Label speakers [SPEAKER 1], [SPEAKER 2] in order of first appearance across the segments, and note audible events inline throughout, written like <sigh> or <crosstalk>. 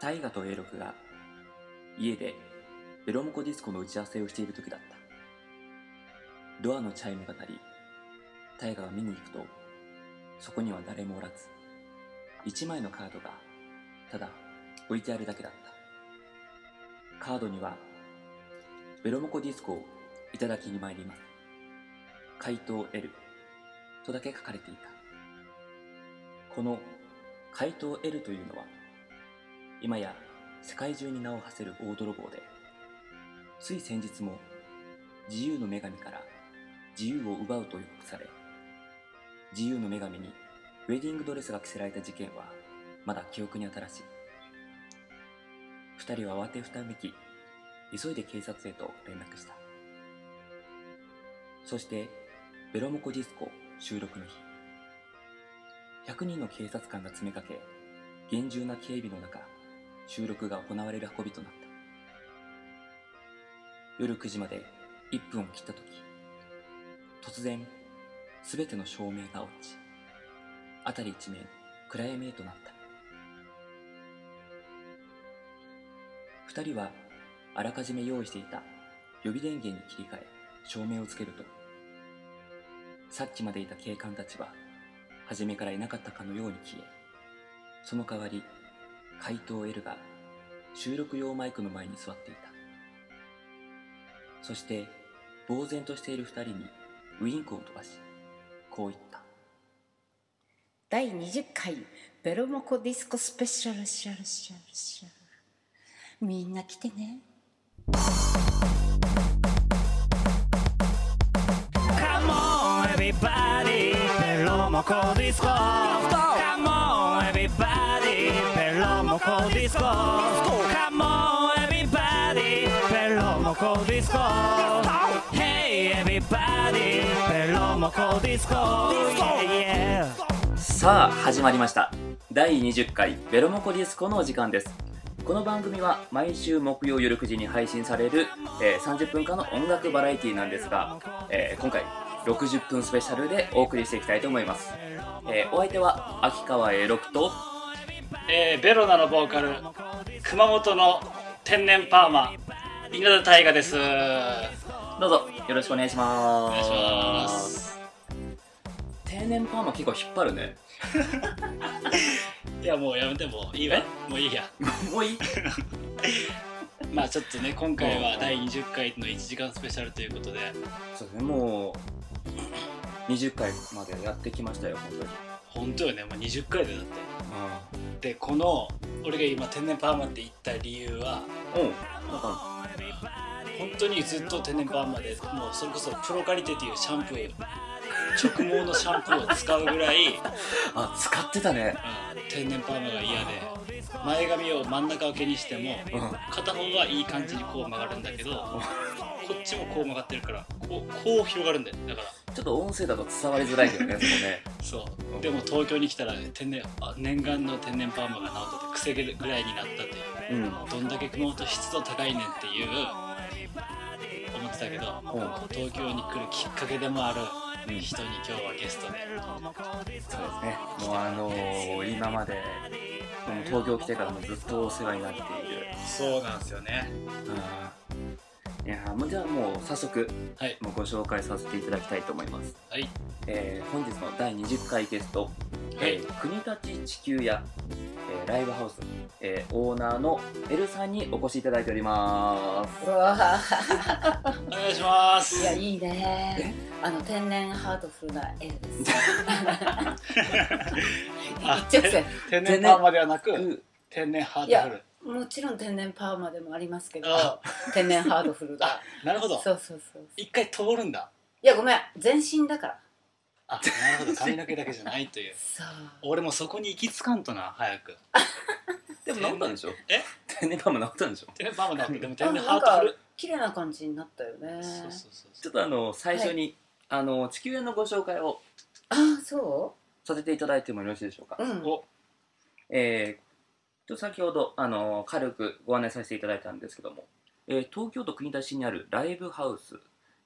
[SPEAKER 1] 大河と永六が家でベロモコディスコの打ち合わせをしている時だったドアのチャイムが鳴り大河が見に行くとそこには誰もおらず一枚のカードがただ置いてあるだけだったカードには「ベロモコディスコをいただきに参ります」「回答 L」とだけ書かれていたこの「回答 L」というのは今や世界中に名を馳せる大泥棒でつい先日も自由の女神から自由を奪うと予告され自由の女神にウェディングドレスが着せられた事件はまだ記憶に新しい二人は慌てふためき急いで警察へと連絡したそしてベロモコディスコ収録の日100人の警察官が詰めかけ厳重な警備の中収録が行われる運びとなった夜9時まで1分を切った時突然全ての照明が落ち辺り一面暗闇へとなった二人はあらかじめ用意していた予備電源に切り替え照明をつけるとさっきまでいた警官たちは初めからいなかったかのように消えその代わり怪盗 L が収録用マイクの前に座っていたそして呆然としている二人にウインクを飛ばしこう言った
[SPEAKER 2] 第20回ベロモコディスコスペシャルシャルシャルシャルみんな来てね
[SPEAKER 3] カモンエビバディベロモコディスコカモンエビバディベロモコディスコカモンエビバディベロモコディスコ Hey everybody ベロモコディスコ Yeah, yeah.
[SPEAKER 1] さあ始まりました第20回ベロモコディスコのお時間ですこの番組は毎週木曜夜9時に配信される、えー30分間の音楽バラエティなんですが、えー今回60分スペシャルでお送りしていきたいと思います、えーお相手は秋川栄六と
[SPEAKER 4] えーベロナのボーカル熊本の天然パーマ稲田大我ですお願い
[SPEAKER 1] どうぞよろしくお願いします
[SPEAKER 4] します
[SPEAKER 1] 定年パーマ結構引っ張るね
[SPEAKER 4] いやもうやめてもういいわもういいや
[SPEAKER 1] もういい
[SPEAKER 4] まあちょっとね今回は第20回の1時間スペシャルということで
[SPEAKER 1] そうですねもう20回までやってきましたよ本当に
[SPEAKER 4] 本当よねもう20回だよだってでこの俺が今天然パーマって言った理由は
[SPEAKER 1] うんなんか
[SPEAKER 4] 本当にずっと天然パーマでもうそれこそプロカリテっていうシャンプー直毛のシャンプーを使うぐらい
[SPEAKER 1] あ使ってたね
[SPEAKER 4] うん天然パーマが嫌で前髪を真ん中分けにしても
[SPEAKER 1] うん
[SPEAKER 4] 片方はいい感じにこう曲がるんだけどこっちもこう曲がってるからこうこう広がるんだよだから
[SPEAKER 1] ちょっと音声だと伝わりづらいけどね、そこね。
[SPEAKER 4] そうでも東京に来たら天然あ念願の天然パーマが治ったって癖ぐらいになったっていう
[SPEAKER 1] うん。
[SPEAKER 4] どんだけ熊本湿度高いねんっていう思ってたけど
[SPEAKER 1] ん
[SPEAKER 4] 東京に来るきっかけでもある
[SPEAKER 1] うん
[SPEAKER 4] 人に今日はゲストで
[SPEAKER 1] そうですね。もうあのー、今まで、この東京来てからもずっとお世話になっている。
[SPEAKER 4] そうなんですよね
[SPEAKER 1] うん。いやーもうじゃあもう早速、
[SPEAKER 4] はい
[SPEAKER 1] もうご紹介させていただきたいと思います。
[SPEAKER 4] はい
[SPEAKER 1] えー本日の第20回ゲスト、えー国立地球屋、えーライブハウス、えーオーナーのエルさんにお越しいただいております。
[SPEAKER 2] うわー
[SPEAKER 4] お願いします
[SPEAKER 2] いやいいねあの天然ハートフルな絵です
[SPEAKER 4] あ
[SPEAKER 2] 一直線
[SPEAKER 4] 天然パーマではなく
[SPEAKER 1] う
[SPEAKER 4] 天然ハー
[SPEAKER 2] い
[SPEAKER 4] トフル
[SPEAKER 2] やもちろん天然パーマでもありますけど
[SPEAKER 4] あ
[SPEAKER 2] 天然ハードフ <laughs> ルが
[SPEAKER 4] あなるほど
[SPEAKER 2] そうそうそう
[SPEAKER 4] 一回通るんだ
[SPEAKER 2] いやごめん全身だから
[SPEAKER 4] <laughs> あなるほど髪の毛だけじゃないという
[SPEAKER 2] そう
[SPEAKER 4] <laughs> 俺もそこに行きつかんとな早 <laughs> く
[SPEAKER 1] でも治ったんでしょ
[SPEAKER 4] え
[SPEAKER 1] <laughs> 天然パーマ治ったんでしょ
[SPEAKER 4] 天然パーマだってでも
[SPEAKER 2] な
[SPEAKER 4] 天
[SPEAKER 2] ん
[SPEAKER 4] 然
[SPEAKER 2] か
[SPEAKER 4] ハートフル
[SPEAKER 2] 綺麗な感じになったよね
[SPEAKER 4] そうそうそう
[SPEAKER 1] ち
[SPEAKER 4] そ
[SPEAKER 1] ょ
[SPEAKER 4] う
[SPEAKER 1] っとあの最初に、あの地球屋のご紹介を
[SPEAKER 2] ああそ
[SPEAKER 1] させていただいてもよろしいでしょうか、
[SPEAKER 2] ううん
[SPEAKER 4] お
[SPEAKER 1] えー、ちょっと先ほどあの軽くご案内させていただいたんですけども、えー東京都国立市にあるライブハウス、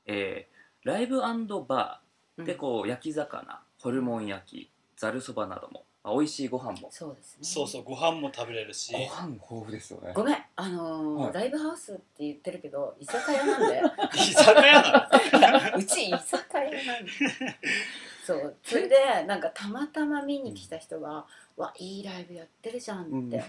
[SPEAKER 1] えーライブバーでこう焼き魚ホルモン焼きざるそばなども
[SPEAKER 5] あ美味しいご飯も
[SPEAKER 2] そうですね
[SPEAKER 4] そうそうご飯も食べれるし
[SPEAKER 5] ご飯豊富ですよね
[SPEAKER 2] ごめんあのー
[SPEAKER 5] はい
[SPEAKER 2] ライブハウスって言ってるけど居酒屋なんで
[SPEAKER 4] 居酒屋な
[SPEAKER 2] <laughs>
[SPEAKER 4] の
[SPEAKER 2] うち居酒屋なんで
[SPEAKER 4] <laughs>
[SPEAKER 2] そうそれでなんかたまたま見に来た人が「わいいライブやってるじゃん」っ
[SPEAKER 5] うん
[SPEAKER 2] て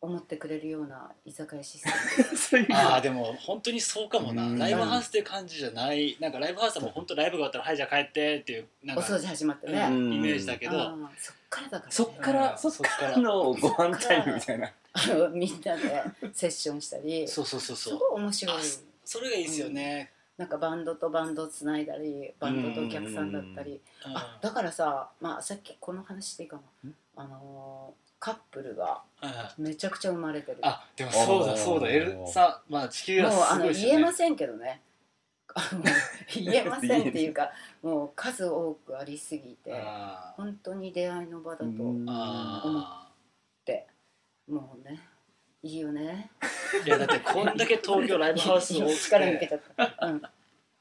[SPEAKER 2] 思ってくれるような居酒屋システム
[SPEAKER 4] ああでも本当にそうかもな、
[SPEAKER 5] うん
[SPEAKER 4] ライブハウスっていう感じじゃないなんかライブハウスはもう本当ライブが終わったら「はいじゃあ帰って」っていうなん
[SPEAKER 2] お
[SPEAKER 4] か
[SPEAKER 2] 掃除始まってね、
[SPEAKER 5] うん
[SPEAKER 4] イメージだけど、
[SPEAKER 2] あーそっからだから、ね、
[SPEAKER 5] そっから、
[SPEAKER 4] うん
[SPEAKER 5] そっからのご飯タイムみたいな
[SPEAKER 2] あの <laughs> みんなでセッションしたりす
[SPEAKER 4] そうそうそうそう
[SPEAKER 2] ごい面白い
[SPEAKER 4] あそそれがいいですよね、
[SPEAKER 2] なんかバンドとバンドをつないだりバンドとお客さんだったり
[SPEAKER 4] うん
[SPEAKER 2] あだからさ、まあ、さっきこの話でいいかなあのーカップルが
[SPEAKER 4] あ
[SPEAKER 2] めちゃくちゃ生まれてるもう
[SPEAKER 4] あでもそうだそうだ
[SPEAKER 5] あー
[SPEAKER 4] エルサまあ地球は
[SPEAKER 2] あ
[SPEAKER 4] すごい
[SPEAKER 2] の
[SPEAKER 4] です
[SPEAKER 2] 言え
[SPEAKER 4] よ
[SPEAKER 2] ま
[SPEAKER 4] ね
[SPEAKER 2] せんけど
[SPEAKER 4] <laughs>
[SPEAKER 2] ねあの言えませんっていうかもう数多くありすぎて
[SPEAKER 4] あ
[SPEAKER 2] 本当に出会いの場だと
[SPEAKER 5] うん
[SPEAKER 2] も
[SPEAKER 4] ーあ
[SPEAKER 2] うねいいよね
[SPEAKER 4] ーいやだってこんだけ東京ライブハ
[SPEAKER 2] <laughs>
[SPEAKER 4] ウス多く
[SPEAKER 2] 力抜け
[SPEAKER 4] て
[SPEAKER 2] ちゃ
[SPEAKER 4] <laughs>
[SPEAKER 2] った、うん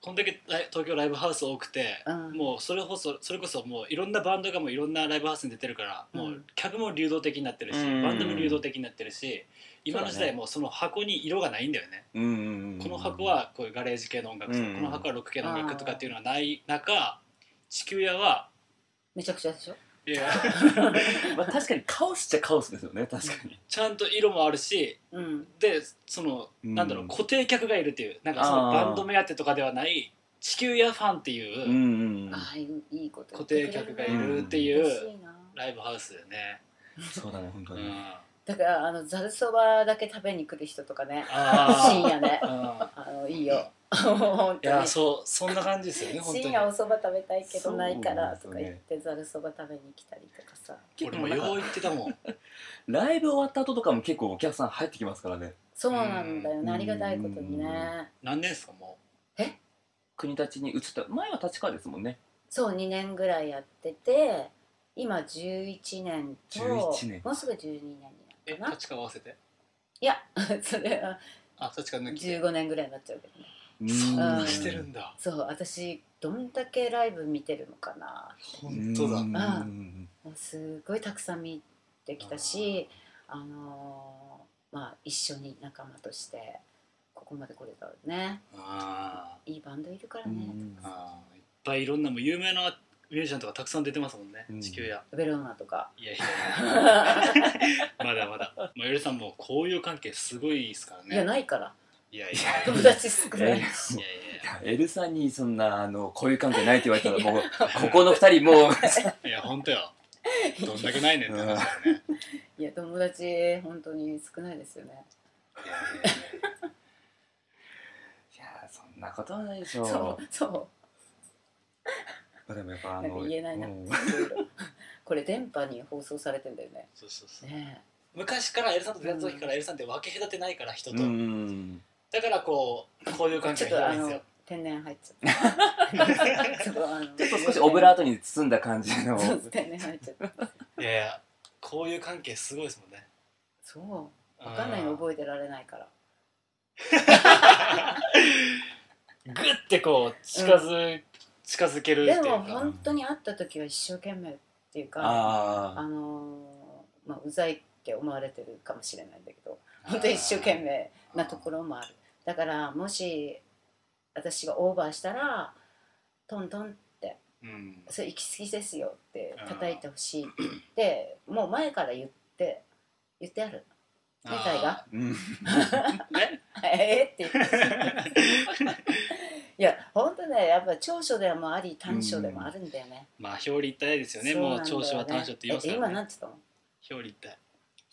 [SPEAKER 4] こんだけライ東京ライブハウス多くて
[SPEAKER 2] うん
[SPEAKER 4] もうそれこそそれこそもういろんなバンドがもういろんなライブハウスに出てるから、
[SPEAKER 2] うん
[SPEAKER 4] もう客も流動的になってるし、
[SPEAKER 5] うん
[SPEAKER 4] バンドも流動的になってるし今の時
[SPEAKER 5] そうだ
[SPEAKER 4] 代
[SPEAKER 5] ね
[SPEAKER 4] もうその箱に色がないんだよね、
[SPEAKER 5] うんうんうん
[SPEAKER 4] この箱はこういうガレージ系の音楽とか、
[SPEAKER 5] うん
[SPEAKER 4] この箱はロック系の音楽とかっていうのはない中地球屋は
[SPEAKER 2] めちゃくちゃでしょ
[SPEAKER 5] <laughs>
[SPEAKER 4] いや
[SPEAKER 5] まあ確かにカオスっちゃカオスですよね確かに
[SPEAKER 4] ちゃんと色もあるし
[SPEAKER 2] うん
[SPEAKER 4] でその、
[SPEAKER 5] うん
[SPEAKER 4] なんだろう固定客がいるっていうなんかその
[SPEAKER 5] あー
[SPEAKER 4] バンド目当てとかではない地球屋ファンっていう、
[SPEAKER 5] んうんうん
[SPEAKER 2] ああいいいいこと
[SPEAKER 4] 固定客がいるって
[SPEAKER 5] て
[SPEAKER 4] いう
[SPEAKER 2] 嬉しいな
[SPEAKER 4] ライブハウスだよね。
[SPEAKER 5] そうだね本当
[SPEAKER 4] う
[SPEAKER 5] に、
[SPEAKER 4] ん、
[SPEAKER 2] だからあのざるそばだけ食べに来る人とかね
[SPEAKER 4] あ
[SPEAKER 2] 深夜ね
[SPEAKER 4] ーうん
[SPEAKER 2] あのいいよ本
[SPEAKER 4] い
[SPEAKER 2] 当
[SPEAKER 4] や
[SPEAKER 2] に
[SPEAKER 4] そうそんな感じですよね本当
[SPEAKER 2] 深
[SPEAKER 4] に
[SPEAKER 2] 夜おそば食べたいけどないか
[SPEAKER 5] そうなん
[SPEAKER 2] ら
[SPEAKER 5] です
[SPEAKER 2] と
[SPEAKER 5] よ
[SPEAKER 2] か
[SPEAKER 5] ね
[SPEAKER 2] 言ってざるそば食べに来たりとかさ
[SPEAKER 5] 結
[SPEAKER 4] 俺
[SPEAKER 5] 構
[SPEAKER 4] も
[SPEAKER 5] なんか
[SPEAKER 4] よう言ってた
[SPEAKER 2] <laughs>
[SPEAKER 4] もん
[SPEAKER 5] ライブ終わった後とかも結構お客さん入ってきますからね
[SPEAKER 2] そうなんだよ
[SPEAKER 5] うん
[SPEAKER 2] ねありがたいことにね
[SPEAKER 5] うん
[SPEAKER 4] 何年ですかも
[SPEAKER 5] 国立に移った前は立川ですもんね
[SPEAKER 2] そう2年ぐらいやってて今11年と
[SPEAKER 5] 11年
[SPEAKER 2] もうすぐ12年に
[SPEAKER 4] うえ
[SPEAKER 2] なるかな
[SPEAKER 4] 立川合わせて
[SPEAKER 2] いや <laughs> それは
[SPEAKER 4] あ立川抜きで
[SPEAKER 2] 15年ぐらいになっちゃうけどね
[SPEAKER 4] そん
[SPEAKER 2] う
[SPEAKER 4] なんしてるんだ
[SPEAKER 2] そう私どんだけライブ見てるのかな
[SPEAKER 4] 本当だ
[SPEAKER 5] うん
[SPEAKER 2] あすごいたくさん見てきたしあのーまあ一緒に仲間としてここまで来れたらね
[SPEAKER 4] あ
[SPEAKER 2] いいバンドいるから
[SPEAKER 5] う
[SPEAKER 2] ね、
[SPEAKER 5] ん
[SPEAKER 4] ーあーいっぱいいろんなもう有名なミュージシャンとかたくさん出てますもんね
[SPEAKER 5] うん
[SPEAKER 4] 地球屋
[SPEAKER 2] ベローナとか
[SPEAKER 4] いやいやいや <laughs> まだまだまあよりさんも交友関係すごいですからね
[SPEAKER 2] いやないから
[SPEAKER 4] いやいや
[SPEAKER 2] 友達少
[SPEAKER 5] いや
[SPEAKER 2] ない
[SPEAKER 5] や
[SPEAKER 2] い
[SPEAKER 4] いやい
[SPEAKER 5] エルさんにそんなあのこういう関係ないって言われたらもうここの二人もう
[SPEAKER 4] やいや本当よどんだけないねんって話だよね
[SPEAKER 2] いや友達本当に少ないですよね
[SPEAKER 4] いやいやい
[SPEAKER 5] いやそんなことはないでしょ
[SPEAKER 2] そうそ
[SPEAKER 5] まあでもやっぱあ
[SPEAKER 2] なん
[SPEAKER 5] の
[SPEAKER 2] か言えないな
[SPEAKER 5] うん
[SPEAKER 2] ういろいろ <laughs> これ電波に放送されてんだよね
[SPEAKER 4] やそうそうそう
[SPEAKER 2] ね
[SPEAKER 4] 昔からエルさんと出会った時からエルさんって分け隔てないから人と
[SPEAKER 5] うん
[SPEAKER 4] だからこうこういう
[SPEAKER 2] え
[SPEAKER 4] 感
[SPEAKER 2] ち
[SPEAKER 4] じ
[SPEAKER 2] ょ
[SPEAKER 4] が
[SPEAKER 2] っとあ
[SPEAKER 4] 広いん
[SPEAKER 2] の
[SPEAKER 4] ですよ
[SPEAKER 2] 天然入っちゃっ
[SPEAKER 5] <laughs>
[SPEAKER 2] たちょっとあの
[SPEAKER 5] ちょっと少しオブラートに包んだ感じの
[SPEAKER 2] そう天然入っちゃった
[SPEAKER 4] いやいやこういう関係すごいですもんね
[SPEAKER 2] そうわかんないの覚えてられないから
[SPEAKER 4] えグッてこう近づ、近づけるってい
[SPEAKER 2] で
[SPEAKER 4] う
[SPEAKER 2] も
[SPEAKER 4] か
[SPEAKER 2] 本当に会った時は一生懸命っていうかあ
[SPEAKER 5] あ
[SPEAKER 2] のーまあ、うざいって思われてるかもしれないんだけど本当に一生懸命なところもあるだからもし私がオーバーしたらトントンって
[SPEAKER 4] うん
[SPEAKER 2] 「それ行き過ぎですよ」って叩いてほしいってもう前から言って言ってある <laughs> みたいが
[SPEAKER 4] あ
[SPEAKER 5] ーうん
[SPEAKER 4] ーね
[SPEAKER 2] 「えっ?」って言っていや本当ねやっぱ長所でもあり短所でもあるんだよね、
[SPEAKER 4] まあ表裏一体ですよね
[SPEAKER 2] そうなん
[SPEAKER 4] も
[SPEAKER 2] だよ
[SPEAKER 4] う長所は短所って言います
[SPEAKER 2] え
[SPEAKER 4] か
[SPEAKER 2] 今
[SPEAKER 4] ら、ね、
[SPEAKER 2] なんて言ったの
[SPEAKER 4] 表裏一体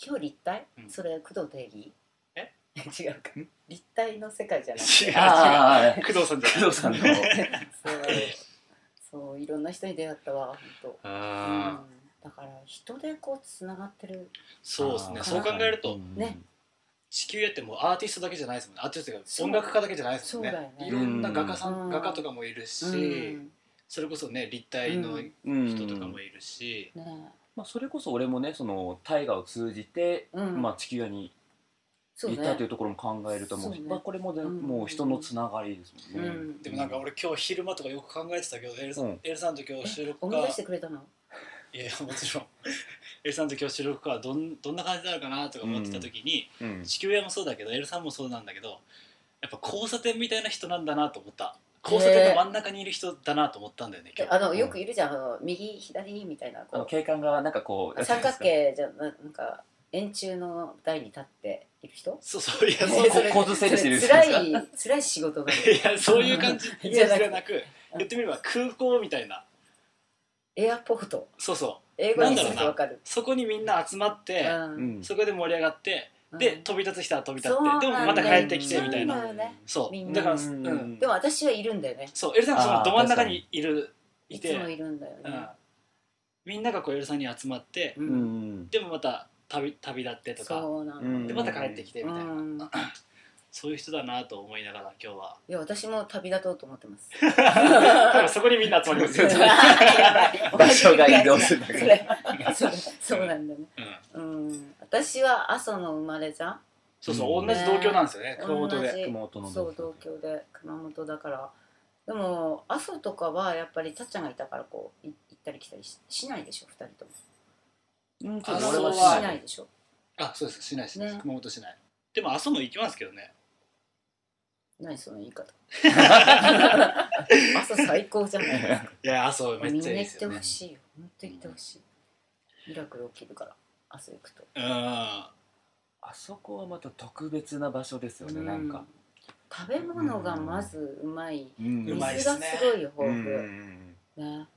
[SPEAKER 2] 表裏一体、
[SPEAKER 4] うん
[SPEAKER 2] それ工藤定義
[SPEAKER 4] え
[SPEAKER 2] <laughs> 違うか立体の世界じゃない
[SPEAKER 4] 違う違う
[SPEAKER 5] あ
[SPEAKER 4] <laughs>
[SPEAKER 5] ー
[SPEAKER 4] 工藤さんじゃない
[SPEAKER 5] 工藤さんの
[SPEAKER 2] そうそういろんな人に出会ったわ本当、う
[SPEAKER 4] あ
[SPEAKER 2] ん
[SPEAKER 4] ー、
[SPEAKER 2] だから人でこうつながってる
[SPEAKER 4] そうですねそう考えると
[SPEAKER 2] ね
[SPEAKER 4] 地球屋ってもうアーティストだけじゃないですもんねアーティストが音楽家だけじゃないですもんね
[SPEAKER 2] そうだよね
[SPEAKER 4] いろんな画家さん、
[SPEAKER 2] うん
[SPEAKER 4] 画家とかもいるし、
[SPEAKER 2] うん
[SPEAKER 4] それこそね立体の
[SPEAKER 5] うん
[SPEAKER 4] 人とかもいるし、
[SPEAKER 2] ね
[SPEAKER 5] まあ、それこそ俺もねその大河を通じて、
[SPEAKER 2] うん
[SPEAKER 5] まあ、地球屋に
[SPEAKER 2] そう
[SPEAKER 5] 行
[SPEAKER 2] ね
[SPEAKER 5] ったというところも考えるともう
[SPEAKER 2] そうね
[SPEAKER 5] まあ、これも、ね
[SPEAKER 2] うん
[SPEAKER 5] もう人のつながりですもん
[SPEAKER 2] う
[SPEAKER 5] ね、
[SPEAKER 2] ん
[SPEAKER 4] でもなんか俺今日昼間とかよく考えてたけどエル,、
[SPEAKER 5] うん
[SPEAKER 4] エルさんと今日収録
[SPEAKER 2] 思い
[SPEAKER 4] が
[SPEAKER 2] 出してくれたの
[SPEAKER 4] いやいやもちろん <laughs> L さんと今日収録はどんどんな感じなのかなとか思ってた時に、
[SPEAKER 5] うん
[SPEAKER 4] 地球屋もそうだけど L さんもそうなんだけどやっぱ交差点みたいな人なんだなと思った交差点の真ん中にいる人だなと思ったんだよね今日
[SPEAKER 2] あのよくいるじゃん、あの右左みたいな
[SPEAKER 5] あの
[SPEAKER 2] こ
[SPEAKER 5] 警官がなんかこう
[SPEAKER 2] う三角形じゃななんか円柱の台に立っている人
[SPEAKER 4] そうそういやそう
[SPEAKER 5] こ
[SPEAKER 4] いう
[SPEAKER 5] 構図整理してる
[SPEAKER 2] つ
[SPEAKER 5] 人
[SPEAKER 2] ら
[SPEAKER 5] ですか
[SPEAKER 2] い辛い仕事だ
[SPEAKER 4] <laughs>
[SPEAKER 2] よ
[SPEAKER 4] いやそういう感
[SPEAKER 2] <laughs>
[SPEAKER 4] じイメージではなく
[SPEAKER 2] うん
[SPEAKER 4] 言ってみれば空港みたいな
[SPEAKER 2] エアポート
[SPEAKER 4] そうそう
[SPEAKER 2] 英語にするとわかる
[SPEAKER 4] そこにみんな集まって、
[SPEAKER 2] うん
[SPEAKER 5] うん
[SPEAKER 4] そこで盛り上がって、
[SPEAKER 2] うん
[SPEAKER 4] で飛び立つ人は飛び立っ
[SPEAKER 2] そうなん
[SPEAKER 4] て
[SPEAKER 2] だ
[SPEAKER 4] で
[SPEAKER 2] よ
[SPEAKER 4] もまた帰ってきてみたい
[SPEAKER 2] そう
[SPEAKER 4] な
[SPEAKER 2] なんだよね
[SPEAKER 4] そう
[SPEAKER 2] みんな
[SPEAKER 4] だから、う
[SPEAKER 5] うんん
[SPEAKER 2] でも私はいるんだよね
[SPEAKER 4] そうエルさんがそのど真ん中にいるい
[SPEAKER 2] い
[SPEAKER 4] て
[SPEAKER 2] つもいるんだよね、
[SPEAKER 4] うん、みんながこうエルさんに集まって、
[SPEAKER 2] う
[SPEAKER 5] うんん
[SPEAKER 4] でもまた旅旅立ってとか
[SPEAKER 2] そうなん
[SPEAKER 5] う
[SPEAKER 2] だ、
[SPEAKER 5] ん
[SPEAKER 4] でまた帰ってきてみたいな、
[SPEAKER 2] うん
[SPEAKER 4] そういう人だなと思いながら今日は
[SPEAKER 2] いや私も旅立とうと思っ
[SPEAKER 5] <laughs>
[SPEAKER 2] てます。
[SPEAKER 4] 多分そこにみんな集まりますよ、
[SPEAKER 5] そう
[SPEAKER 4] う
[SPEAKER 5] <laughs> 場所が移動するだけ
[SPEAKER 2] それそれそうなんだね。
[SPEAKER 4] ん、
[SPEAKER 2] うん、私は阿蘇の生まれじゃん。
[SPEAKER 4] そうそう同じ同居なんですよね熊本
[SPEAKER 2] 同
[SPEAKER 4] で
[SPEAKER 2] じ
[SPEAKER 5] 熊本の
[SPEAKER 2] そう同居で熊本だから。でも阿蘇とかはやっぱりたっちゃんがいたからこうい行ったり来たりししないでしょ二人とも。
[SPEAKER 5] うん
[SPEAKER 4] あ
[SPEAKER 5] そうです
[SPEAKER 2] 阿
[SPEAKER 4] そう
[SPEAKER 5] 俺
[SPEAKER 2] 蘇は
[SPEAKER 5] は
[SPEAKER 2] し
[SPEAKER 5] しない
[SPEAKER 2] ないでしょ。
[SPEAKER 4] あそうですしないしないです、
[SPEAKER 2] ね
[SPEAKER 4] 熊本市内でも阿蘇も行きますけどね
[SPEAKER 2] 何その言い
[SPEAKER 4] <laughs>
[SPEAKER 2] 方。阿蘇最高じゃないですか。
[SPEAKER 4] いや阿蘇め
[SPEAKER 2] み
[SPEAKER 4] っ
[SPEAKER 2] ん
[SPEAKER 4] ち
[SPEAKER 2] な
[SPEAKER 4] ゃいいで
[SPEAKER 2] 行っ
[SPEAKER 4] す
[SPEAKER 2] て
[SPEAKER 4] よね
[SPEAKER 2] ほしいよ。本当行ってほしい。ミラクル起きるから阿蘇行くと。
[SPEAKER 4] うん
[SPEAKER 5] あそこはまた特別な場所ですよね、なんか、
[SPEAKER 2] 食べ物がまずうまい、
[SPEAKER 5] うん
[SPEAKER 4] うまいっ
[SPEAKER 2] 水
[SPEAKER 4] す
[SPEAKER 2] がすごい豊
[SPEAKER 5] う
[SPEAKER 2] 富、
[SPEAKER 5] んうんう <laughs>
[SPEAKER 2] ね
[SPEAKER 5] ん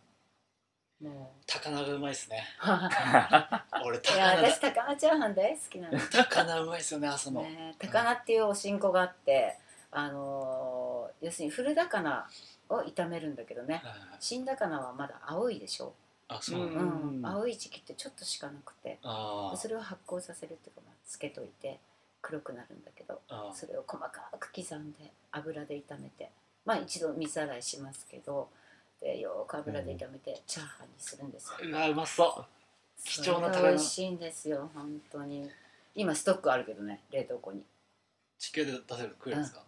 [SPEAKER 2] もう
[SPEAKER 4] 高菜がうまいっすね
[SPEAKER 2] い
[SPEAKER 4] 俺高
[SPEAKER 2] や
[SPEAKER 4] 菜
[SPEAKER 2] 私
[SPEAKER 4] だ
[SPEAKER 2] 高菜チャーハン大好きなの
[SPEAKER 4] 高菜うまいっすよね阿蘇も、
[SPEAKER 2] ね高菜っていうおしんこがあってあのー要するに古高菜を炒めるんだけどね
[SPEAKER 4] うん
[SPEAKER 2] 新高菜はまだ青いでしょ、
[SPEAKER 4] あそうなん
[SPEAKER 2] う
[SPEAKER 4] だ、
[SPEAKER 2] ん
[SPEAKER 5] ん
[SPEAKER 2] 青い時期ってちょっとしかなくて
[SPEAKER 4] あー
[SPEAKER 2] それを発酵させるっていうかまあつけといて黒くなるんだけど
[SPEAKER 4] あー
[SPEAKER 2] それを細かく刻んで油で炒めてまあ一度水洗いしますけどでよーく油で炒めてチャーハンにするんですよ、
[SPEAKER 4] うわうまそう貴重な
[SPEAKER 2] そ
[SPEAKER 4] 食
[SPEAKER 2] れが美
[SPEAKER 4] べ物
[SPEAKER 2] 味しいんですよ本当に今ストックあるけどね冷凍庫に
[SPEAKER 4] 地球で出せる食えるんですか、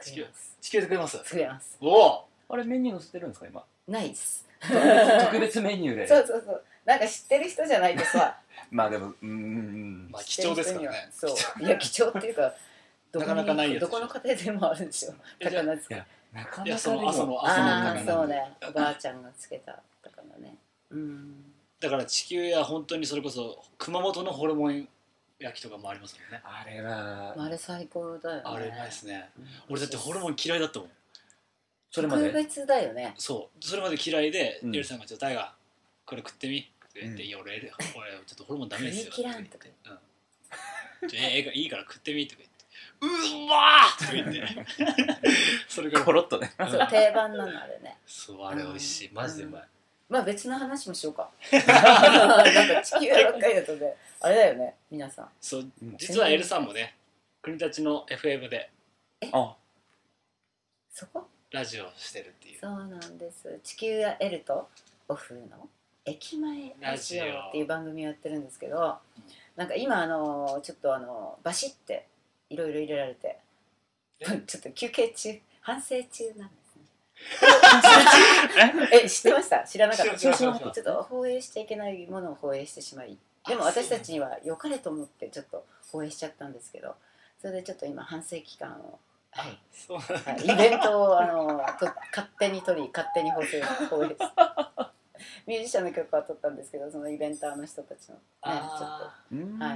[SPEAKER 2] 作れます
[SPEAKER 4] 地球で食えます
[SPEAKER 2] 作れます
[SPEAKER 4] おお
[SPEAKER 5] あれメニュー載せてるんですか今
[SPEAKER 2] ないです
[SPEAKER 5] 特別メニューで
[SPEAKER 2] そうそうそうなんか知ってる人じゃないとさ
[SPEAKER 5] まあでもうんうん
[SPEAKER 4] まあ <laughs> 貴重ですからね
[SPEAKER 2] 知ってる人にはそういや貴重っていうかどこに
[SPEAKER 4] <laughs> なかなかないやつで
[SPEAKER 2] ど
[SPEAKER 4] しょ
[SPEAKER 2] この家庭でもあるでしょ
[SPEAKER 4] えじ
[SPEAKER 2] 高
[SPEAKER 4] ゃあ
[SPEAKER 2] 菜つけ
[SPEAKER 5] いやなか
[SPEAKER 4] いや
[SPEAKER 5] な
[SPEAKER 4] そ
[SPEAKER 5] かで
[SPEAKER 4] の阿蘇
[SPEAKER 5] も
[SPEAKER 4] の阿蘇の
[SPEAKER 2] あ
[SPEAKER 4] 高
[SPEAKER 2] あ
[SPEAKER 4] 菜
[SPEAKER 2] そうねおばあちゃんがつけた高菜ねうん
[SPEAKER 4] だから地球や本当にそれこそ熊本のホルモン焼きとかもありますもんね
[SPEAKER 5] あれは
[SPEAKER 2] あれ最高だよね。
[SPEAKER 4] あれうまいですね
[SPEAKER 2] うん
[SPEAKER 4] 俺だってホルモン嫌いだったもん
[SPEAKER 5] それまで
[SPEAKER 2] 特別だよね。
[SPEAKER 4] そうそれまで嫌いで、
[SPEAKER 5] うん
[SPEAKER 4] エルさんが「ちょっと大河これ食ってみ」って言って
[SPEAKER 5] う
[SPEAKER 4] 「
[SPEAKER 5] ん
[SPEAKER 4] いや俺エル俺ちょっとホルモンダメですよ」
[SPEAKER 2] 食い切らんとか
[SPEAKER 4] って言って「うんちょええええいいから食ってみ」とか言って「うーまー!」とか言ってそれから
[SPEAKER 5] コロッとね
[SPEAKER 2] そう定番なのあれね。
[SPEAKER 4] そうあれ美味しいマジでうまい、
[SPEAKER 2] まあ別の話もしよう
[SPEAKER 4] <laughs>
[SPEAKER 2] か。なんか地球やばっかりだとね、あれだよね皆さん。
[SPEAKER 4] そう
[SPEAKER 5] うん
[SPEAKER 4] 実はエルさんもね国立の FM で
[SPEAKER 5] あ
[SPEAKER 2] そこ
[SPEAKER 4] ラジオをしてるっていう
[SPEAKER 2] そうなんです。地球やエルとオフの駅前ラジオっていう番組をやってるんですけど、なんか今あのちょっとあのバシっていろいろ入れられて、 <laughs> ちょっと休憩中反省中なんですね。え知ってました知らなかった
[SPEAKER 4] 知らなかった
[SPEAKER 2] ちょっと放映しちゃいけないものを放映してしまいでも
[SPEAKER 4] あそう
[SPEAKER 2] 私たちには良かれと思ってちょっと放映しちゃったんですけどそれでちょっと今反省期間
[SPEAKER 4] <laughs>
[SPEAKER 2] を、はい、
[SPEAKER 4] そうなん
[SPEAKER 2] はいイベントをあのと勝手に撮り勝手に放送放映ミュージシャンの曲は撮ったんですけどそのイベンターの人たちのねちょっと
[SPEAKER 4] あ
[SPEAKER 5] うーん
[SPEAKER 2] は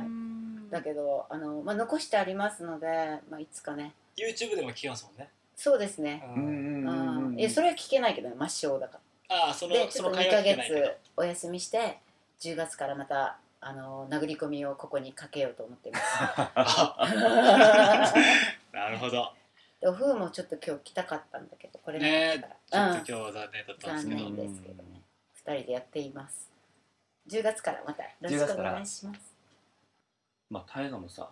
[SPEAKER 2] いだけどあの、まあ、残してありますので、まあ、いつかね
[SPEAKER 4] ー YouTube でも聞きますもんね、
[SPEAKER 2] そうですね、
[SPEAKER 5] うんうんうん
[SPEAKER 2] う
[SPEAKER 5] うん
[SPEAKER 2] ん、いやそれは聞けないけどね抹消だから。
[SPEAKER 4] ああその
[SPEAKER 2] でち
[SPEAKER 4] そ
[SPEAKER 2] ょっ
[SPEAKER 4] の
[SPEAKER 2] と
[SPEAKER 4] 会
[SPEAKER 2] 2
[SPEAKER 4] 話
[SPEAKER 2] ヶ
[SPEAKER 4] 聞けない
[SPEAKER 2] 月
[SPEAKER 4] けど
[SPEAKER 2] お休みして10月からまたあの殴り込みをここにかけようと思っています
[SPEAKER 4] <laughs> あなるほど
[SPEAKER 2] でお風もちょっと今日来たかったんだけどこれなかっ
[SPEAKER 4] ち
[SPEAKER 2] たか
[SPEAKER 4] ょ
[SPEAKER 2] ら、
[SPEAKER 4] っと今日残念だったんですけど
[SPEAKER 2] 残念ですけどねうん、2人でやっています10月からまたよろしくお願いします
[SPEAKER 5] まあ大河もさ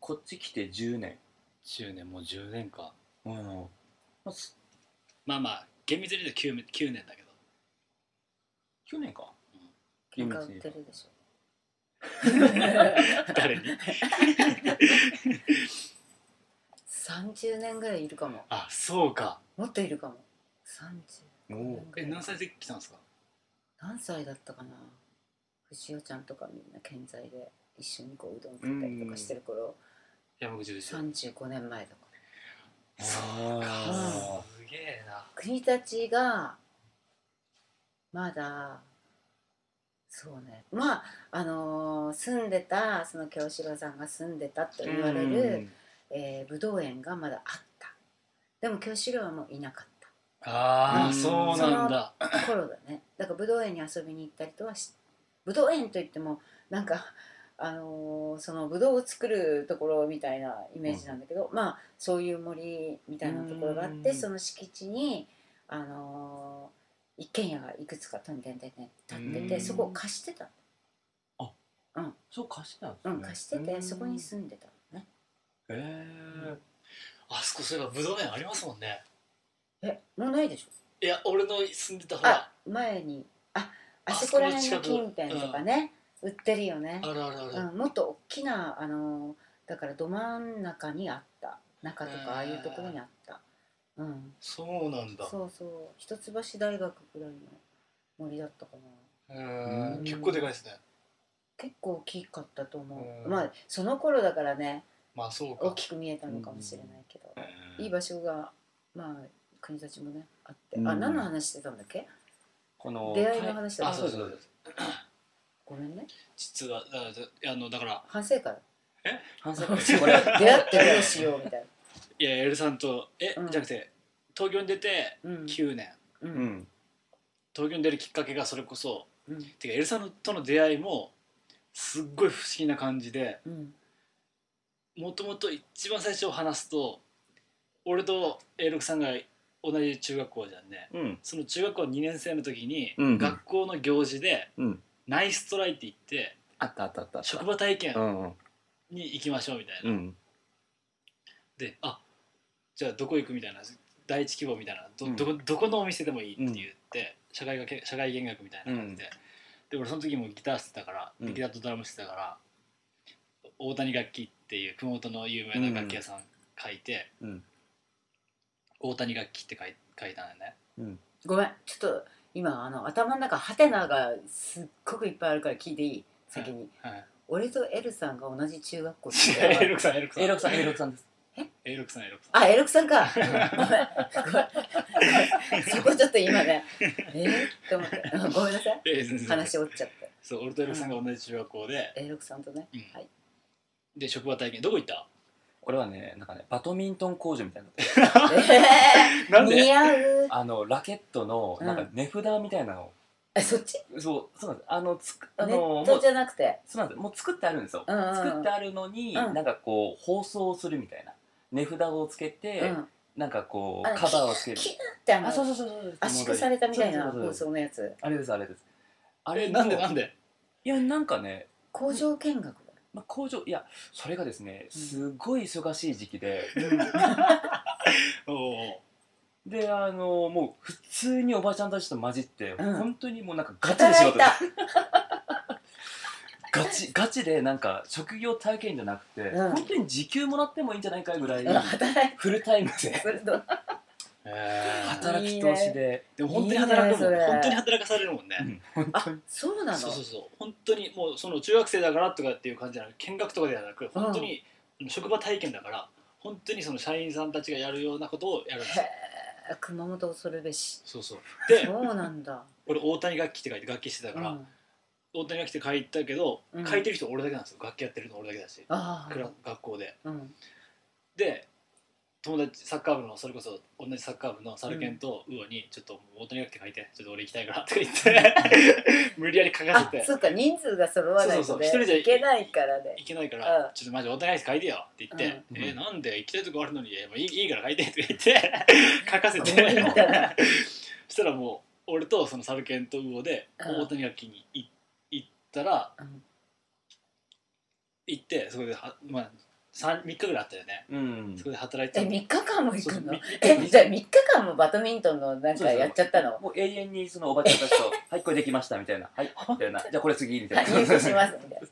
[SPEAKER 5] こっち来て10年
[SPEAKER 4] 10年もう10年か
[SPEAKER 5] うんまあす
[SPEAKER 4] まあまあ厳密に言うと 9, 9年だ <laughs> けど
[SPEAKER 5] 去年か
[SPEAKER 2] 喧嘩売ってるでしょ
[SPEAKER 4] 誰に
[SPEAKER 2] 30年ぐらいいるかも
[SPEAKER 4] あそうか
[SPEAKER 2] もっといるかも30
[SPEAKER 5] おお
[SPEAKER 4] え何歳で来たんですか
[SPEAKER 2] 何歳だったかな藤代ちゃんとかみんな健在で一緒にこううどん食ったりとかしてる頃
[SPEAKER 1] 山口ですよ
[SPEAKER 2] 35年前とか
[SPEAKER 1] あーすげえな
[SPEAKER 2] 国立がまだそうねまああのー住んでたその京志郎さんが住んでたと言われる、えー、ぶどう園がまだあったでも京志郎はもういなかった
[SPEAKER 1] あ
[SPEAKER 4] うん
[SPEAKER 1] あそうなんだ
[SPEAKER 2] 頃だねだから武道園に遊びに行ったりとはし武道園といってもなんかあのーそのぶどうを作るところみたいなイメージなんだけど、まあそういう森みたいなところがあって
[SPEAKER 1] うん
[SPEAKER 2] その敷地にあのー一軒家がいくつかとんでんでんでん建って
[SPEAKER 1] う
[SPEAKER 2] て
[SPEAKER 1] ん
[SPEAKER 2] そこを貸してた
[SPEAKER 1] そう貸してたんです
[SPEAKER 2] の、
[SPEAKER 1] ね
[SPEAKER 2] うん、貸しててそこに住んでたのね
[SPEAKER 1] へえ
[SPEAKER 4] あそこそういえばぶどう園ありますもんね
[SPEAKER 2] えもうないでしょ
[SPEAKER 4] いや俺の住んでたほら
[SPEAKER 2] あ前にああ
[SPEAKER 4] あ
[SPEAKER 2] そ
[SPEAKER 4] そ
[SPEAKER 2] こ
[SPEAKER 4] こ
[SPEAKER 2] ら
[SPEAKER 4] の
[SPEAKER 2] 辺
[SPEAKER 4] 近
[SPEAKER 2] の
[SPEAKER 4] く
[SPEAKER 2] 近辺とかね、売ってるよね
[SPEAKER 4] あるあるある、
[SPEAKER 2] うん、もっと大きなあのだからど真ん中にあった中と
[SPEAKER 4] へ
[SPEAKER 2] か
[SPEAKER 4] ー
[SPEAKER 2] ああいうところにあった、うん、
[SPEAKER 4] そうなんだ
[SPEAKER 2] そうそう一橋大学ぐらいの森だったかな
[SPEAKER 4] うー
[SPEAKER 2] うん
[SPEAKER 4] ん結構でかいですね
[SPEAKER 2] 結構大きかったと思う
[SPEAKER 4] うん
[SPEAKER 2] まあその頃だからね
[SPEAKER 4] まあそう
[SPEAKER 2] 大
[SPEAKER 4] か
[SPEAKER 2] きく見えたのかもしれないけど、いい場所がまあ国たちもねあって、あ
[SPEAKER 5] うん
[SPEAKER 2] 何の話してたんだっけ
[SPEAKER 5] この
[SPEAKER 2] 出会いの話だ
[SPEAKER 4] あ
[SPEAKER 2] っ
[SPEAKER 4] そう
[SPEAKER 2] た
[SPEAKER 4] ですそうです
[SPEAKER 2] ごめんね
[SPEAKER 4] 実はだからあのだから
[SPEAKER 2] 反省会
[SPEAKER 5] 反省会これは
[SPEAKER 2] 出会ってどうしようみたい
[SPEAKER 4] いやエルさんとえ、
[SPEAKER 2] うん
[SPEAKER 4] じゃなくて東京に出て
[SPEAKER 2] な、うん
[SPEAKER 4] 9年、
[SPEAKER 2] う
[SPEAKER 5] うんん
[SPEAKER 4] 東京に出るきっかけがそれこそ
[SPEAKER 2] うん
[SPEAKER 4] てかエルさんとの出会いもすっごい不思議な感じで
[SPEAKER 2] うん
[SPEAKER 4] もともと一番最初話すと俺と永六さんが同じ中学校じゃんね
[SPEAKER 5] うん
[SPEAKER 4] その中学校2年生の時に、
[SPEAKER 5] うん
[SPEAKER 4] 学校の行事で
[SPEAKER 5] うん
[SPEAKER 4] ナイストライって言って
[SPEAKER 5] あったあったあった
[SPEAKER 4] 職場体験
[SPEAKER 5] うんうん
[SPEAKER 4] に行きましょうみたいな、
[SPEAKER 5] うん
[SPEAKER 4] であじゃあどこ行くみたいな第一希望みたいなど,、
[SPEAKER 5] うん
[SPEAKER 4] どこどこのお店でもいいって言って、社会がけ社会見学みたいな感じで、で俺その時もギターしてたから、
[SPEAKER 5] うん
[SPEAKER 4] ギターとドラムしてたから大谷楽器っていう熊本の有名な楽器屋さん書いて、
[SPEAKER 5] うん
[SPEAKER 4] 大谷楽器って書い書いたんだよね
[SPEAKER 5] うん
[SPEAKER 2] ごめんちょっと今あの頭の中ハテナがすっごくいっぱいあるから聞いていい先に、
[SPEAKER 4] はい
[SPEAKER 2] 俺とエルさんが同じ
[SPEAKER 5] <laughs>
[SPEAKER 2] 中学校って言っ
[SPEAKER 4] <laughs> エ
[SPEAKER 2] て
[SPEAKER 4] ロクさんエロクさん
[SPEAKER 5] A6 さん A6 さんです
[SPEAKER 4] エロクさんエロクさん
[SPEAKER 2] あエルクさ
[SPEAKER 5] <laughs>
[SPEAKER 2] んかごめんごめんそこちょっと
[SPEAKER 5] <laughs>
[SPEAKER 2] 今ねえー、って思ってうんごめんなさい
[SPEAKER 4] え全然
[SPEAKER 2] 話折っちゃって
[SPEAKER 4] そう俺とエロクさんが同じ中学校で、
[SPEAKER 2] エルクさんとね
[SPEAKER 4] うん
[SPEAKER 2] はい
[SPEAKER 4] で職場体験どこ行った
[SPEAKER 5] これはねなんかねバドミントン工場みた <laughs> いな
[SPEAKER 2] え
[SPEAKER 4] な
[SPEAKER 2] ー、
[SPEAKER 4] んで
[SPEAKER 2] 似合う
[SPEAKER 5] あのラケットのなん
[SPEAKER 2] う
[SPEAKER 5] か
[SPEAKER 2] ん
[SPEAKER 5] 値札みたいなの
[SPEAKER 2] えそっち
[SPEAKER 5] をそうそうなんですあのつくあ
[SPEAKER 2] ネ
[SPEAKER 5] の
[SPEAKER 2] ッ
[SPEAKER 5] も
[SPEAKER 2] ト
[SPEAKER 5] う
[SPEAKER 2] じゃなくて
[SPEAKER 5] そうなんですもう作ってあるんですよ
[SPEAKER 2] うんうんうん
[SPEAKER 5] 作ってあるのに
[SPEAKER 2] うん
[SPEAKER 5] なんかこう包装するみたいな値札をつけ
[SPEAKER 2] う
[SPEAKER 5] て
[SPEAKER 2] ん
[SPEAKER 5] なんかこ
[SPEAKER 2] あ
[SPEAKER 5] うカバーをつける
[SPEAKER 2] キューってあの
[SPEAKER 5] あそうそうそうそう
[SPEAKER 2] 圧縮されたみたいな
[SPEAKER 5] そうそうそう
[SPEAKER 2] 放
[SPEAKER 5] そう
[SPEAKER 2] 送のやつ
[SPEAKER 5] あれですあれですあ
[SPEAKER 4] あ
[SPEAKER 5] れ
[SPEAKER 4] れ
[SPEAKER 5] の
[SPEAKER 4] なんでな
[SPEAKER 2] <laughs>
[SPEAKER 4] んで
[SPEAKER 5] いやなんかね
[SPEAKER 2] 工場見学だ
[SPEAKER 5] まあ、工場いやそれがですねすごい忙しい時期で、
[SPEAKER 4] <laughs> おお
[SPEAKER 5] であのもう普通におばちゃんたちと混じって、
[SPEAKER 2] うん
[SPEAKER 5] 本当にもうなんかガチで仕
[SPEAKER 2] 働い
[SPEAKER 5] 事
[SPEAKER 2] た
[SPEAKER 5] ガチガチでなんか職業体験じゃなくて、
[SPEAKER 2] うん
[SPEAKER 5] 本当に時給もらってもいいんじゃないかぐらい、
[SPEAKER 2] うん働い
[SPEAKER 5] フルタイムで
[SPEAKER 2] <laughs> たそれど
[SPEAKER 4] えー
[SPEAKER 5] 働き通しで
[SPEAKER 4] でも本当に働くもん
[SPEAKER 2] いいねそれ
[SPEAKER 4] 本当に働かされるもんね、
[SPEAKER 5] うん
[SPEAKER 2] あそうなの
[SPEAKER 4] そうそうそう本当にもうその中学生だからとかっていう感じじゃなく見学とかではなく本当に職場体験だから本当にその社員さんたちがやるようなことをやるんですよ
[SPEAKER 2] へー熊本恐るべし
[SPEAKER 4] <laughs> そうそう
[SPEAKER 2] そ
[SPEAKER 4] で
[SPEAKER 2] うなん
[SPEAKER 4] <laughs>
[SPEAKER 2] だ、
[SPEAKER 4] 俺大谷楽器って書いて楽器してた
[SPEAKER 2] う
[SPEAKER 4] から、
[SPEAKER 2] ん、
[SPEAKER 4] 大谷楽器って書いたけど、
[SPEAKER 2] うん
[SPEAKER 4] 書いてる人俺だけなんですよ楽器やってるの俺だけだし、
[SPEAKER 2] あ
[SPEAKER 4] クラ学校で
[SPEAKER 2] あ、うん、
[SPEAKER 4] で友達サッカー部のそれこそ同じサッカー部のサルケンとウオに「ちょっともう大谷楽器書いてちょっと俺行きたいから」とか言って
[SPEAKER 2] <laughs>
[SPEAKER 4] 無理やり書か
[SPEAKER 2] あ
[SPEAKER 4] せて
[SPEAKER 2] そうか人数が揃わないと
[SPEAKER 4] そうそう
[SPEAKER 2] ね
[SPEAKER 4] そう一人じゃ
[SPEAKER 2] いけないからね
[SPEAKER 4] 行けないから、
[SPEAKER 2] うん
[SPEAKER 4] ちょっとマジお互い書いてよって言って、
[SPEAKER 5] うん
[SPEAKER 4] えーなんで行きたいとこあるのに、えーもういいいいから書いてって言って
[SPEAKER 2] <laughs>
[SPEAKER 4] 書かせて
[SPEAKER 2] 思い出たら
[SPEAKER 4] そしたらもう俺とそのサルケンとウオで
[SPEAKER 2] うん
[SPEAKER 4] 大谷楽器にい行ったら
[SPEAKER 2] うん
[SPEAKER 4] 行ってそこでは、まあ、3, 日ぐらいあったよね
[SPEAKER 5] うん
[SPEAKER 4] そこで働い
[SPEAKER 2] え
[SPEAKER 4] て
[SPEAKER 2] 3日間も行
[SPEAKER 4] そ
[SPEAKER 2] く
[SPEAKER 4] うそう
[SPEAKER 2] の
[SPEAKER 4] み
[SPEAKER 2] えじゃあ3日間もバドミントンのなん
[SPEAKER 5] そう
[SPEAKER 2] か
[SPEAKER 5] そう
[SPEAKER 2] やっちゃったの
[SPEAKER 5] もう永遠にそのおばちゃんたちと <laughs> 「
[SPEAKER 2] <laughs>
[SPEAKER 5] <laughs> はいこれできました」みたいな「はい」みたいな「じゃあこれ次」みたい
[SPEAKER 2] はい
[SPEAKER 5] な
[SPEAKER 2] 入手しますみたいな
[SPEAKER 4] そう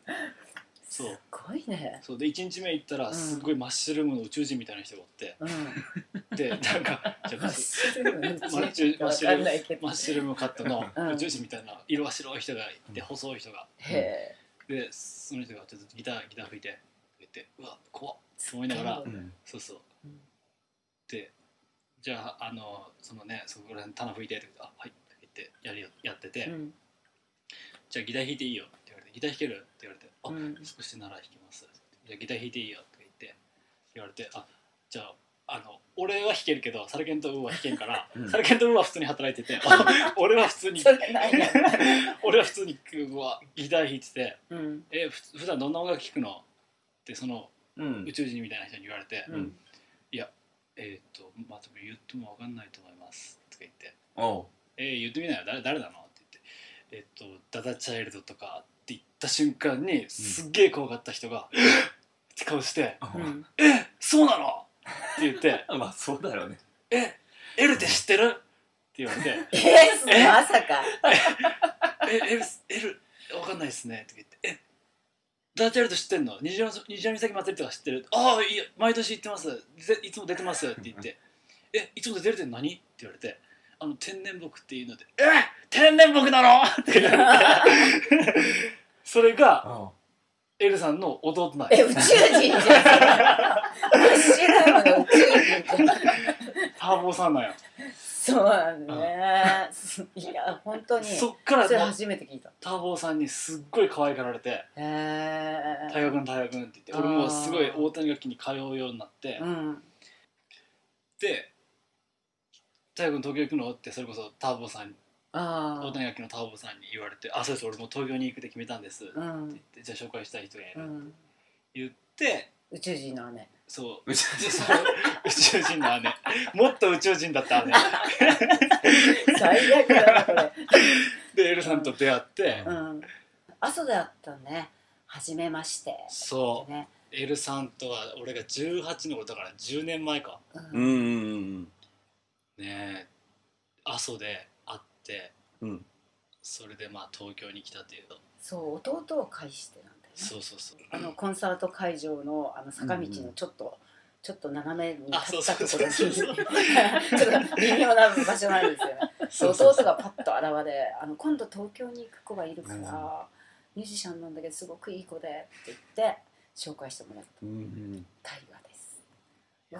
[SPEAKER 2] すごごいね。
[SPEAKER 4] そうで1日目行った
[SPEAKER 2] う
[SPEAKER 4] ら
[SPEAKER 2] ん
[SPEAKER 4] すっごいマッシュルームの宇宙人みたいな人がおって、 <laughs>
[SPEAKER 2] うん。 <laughs>
[SPEAKER 4] でなんかじゃあ
[SPEAKER 2] マッシュルーム
[SPEAKER 4] マッシュマッシュ
[SPEAKER 2] わ
[SPEAKER 4] ル
[SPEAKER 2] かんないけ
[SPEAKER 4] ーム
[SPEAKER 2] ど
[SPEAKER 4] マッシュルームカットの
[SPEAKER 2] うん
[SPEAKER 4] 宇宙人みたいな色は白い人がいて細い人が
[SPEAKER 2] へえ。
[SPEAKER 4] でその人がちょっとギターギター吹いて言ってうわ怖っと思いながら
[SPEAKER 1] うん
[SPEAKER 4] そうそう、
[SPEAKER 2] うん
[SPEAKER 4] でじゃああのそのねそこら辺棚拭いてって言ってあはいって言ってやりやってて、
[SPEAKER 2] うん。
[SPEAKER 4] じゃあギター弾いていいよって言われてギター弾けるって言われてあ、
[SPEAKER 2] うん
[SPEAKER 4] 少しなら弾きますじゃあギター弾いていいよって言って言われてあじゃああの俺は弾けるけどサルケント・ウーは弾けんから、
[SPEAKER 1] うん
[SPEAKER 4] サルケント・ウーは普通に働
[SPEAKER 2] <laughs>
[SPEAKER 4] いててあ俺は普通に
[SPEAKER 2] それないね
[SPEAKER 4] 俺は普通にうわギター弾いてて
[SPEAKER 2] うん。
[SPEAKER 4] 「えふ普段どんな音楽聴くの?」ってその
[SPEAKER 1] うん
[SPEAKER 4] 宇宙人みたいな人に言われて「
[SPEAKER 2] うん。
[SPEAKER 4] えっ、とまあ多分言っても分かんないと思います」とか言って
[SPEAKER 1] おう
[SPEAKER 4] えー言ってみなよ誰誰なの?」って言って「えっとダダチャイルドとか」って言った瞬間にすっげえ怖かった人が「って顔して
[SPEAKER 2] うん。
[SPEAKER 4] 「そうなの?」って言って
[SPEAKER 1] <laughs> まあそうだろうね
[SPEAKER 4] 「えエルテ知ってる?」って言われて
[SPEAKER 2] え
[SPEAKER 4] え
[SPEAKER 2] まさか。
[SPEAKER 4] 「えエルエルわかんないっすね」って言って「えダダチャイルド知ってんの虹の虹の岬祭りとか知ってる?」ああいや毎年行ってますぜいつも出てます」って言って「えいつも出てるって何?」って言われて「あの天然木っていうので「え天然木なの?」って言われてそれが
[SPEAKER 1] おう
[SPEAKER 4] エルさんの弟なん
[SPEAKER 2] え、
[SPEAKER 4] や
[SPEAKER 2] 宇宙人
[SPEAKER 4] <laughs>
[SPEAKER 2] じゃん。マッシュルームの宇宙人じゃん。
[SPEAKER 4] ターボーさんなんや
[SPEAKER 2] そうだね。いや、本当に。
[SPEAKER 4] そ
[SPEAKER 2] そ
[SPEAKER 4] っから
[SPEAKER 2] れ
[SPEAKER 4] もう
[SPEAKER 2] 初めて聞いた。
[SPEAKER 4] ターボーさんにすっごい可愛がられて
[SPEAKER 2] へ
[SPEAKER 4] 「
[SPEAKER 2] え。
[SPEAKER 4] 大学の大学」って言って
[SPEAKER 2] あー
[SPEAKER 4] 俺もうすごい大谷楽器に通うようになって、
[SPEAKER 2] うん。
[SPEAKER 4] で「大学の東京行くの?」ってそれこそターボーさん大
[SPEAKER 2] あ
[SPEAKER 4] 谷楽器のターボーさんに言われて「あそうです俺もう東京に行くって決めたんです」って
[SPEAKER 2] あ。う
[SPEAKER 4] 言
[SPEAKER 2] ん
[SPEAKER 4] っ。て「じゃあ紹介したい人がいる」
[SPEAKER 2] う
[SPEAKER 4] って
[SPEAKER 2] ん。
[SPEAKER 4] 言って
[SPEAKER 2] 宇宙人の姉。
[SPEAKER 4] そう
[SPEAKER 1] 宇宙
[SPEAKER 4] でその宇宙人の <laughs> 姉もっと宇宙人だった姉
[SPEAKER 2] 最悪だな、これ。
[SPEAKER 4] でエルさんと出会って
[SPEAKER 2] うん。阿蘇だったね。初めまして。
[SPEAKER 4] そ
[SPEAKER 2] ね。
[SPEAKER 4] うエルさんとは俺が18の頃だから10年前か
[SPEAKER 2] うん
[SPEAKER 1] うんうんうん
[SPEAKER 4] ねえ阿蘇で会って
[SPEAKER 1] うん
[SPEAKER 4] それでまあ東京に来たっていうと
[SPEAKER 2] そう、弟を介してなんだよね。
[SPEAKER 4] そうそうそう
[SPEAKER 2] あのコンサート会場のあの坂道のちょっと、ちょっと斜めに
[SPEAKER 4] あ
[SPEAKER 2] 立
[SPEAKER 4] そう
[SPEAKER 2] った
[SPEAKER 4] そう
[SPEAKER 2] とこ
[SPEAKER 4] そ
[SPEAKER 2] ろ
[SPEAKER 4] う
[SPEAKER 2] に
[SPEAKER 4] そ
[SPEAKER 2] <laughs>
[SPEAKER 4] う
[SPEAKER 2] ちょっと微妙な場所なんですよね。
[SPEAKER 4] そうそう
[SPEAKER 2] 弟がパッと現れあの今度東京に行く子がいるから、
[SPEAKER 1] うん
[SPEAKER 2] ミュージシャンなんだけどすごくいい子でって言って紹介してもらっ
[SPEAKER 1] うんうん
[SPEAKER 2] た対話です。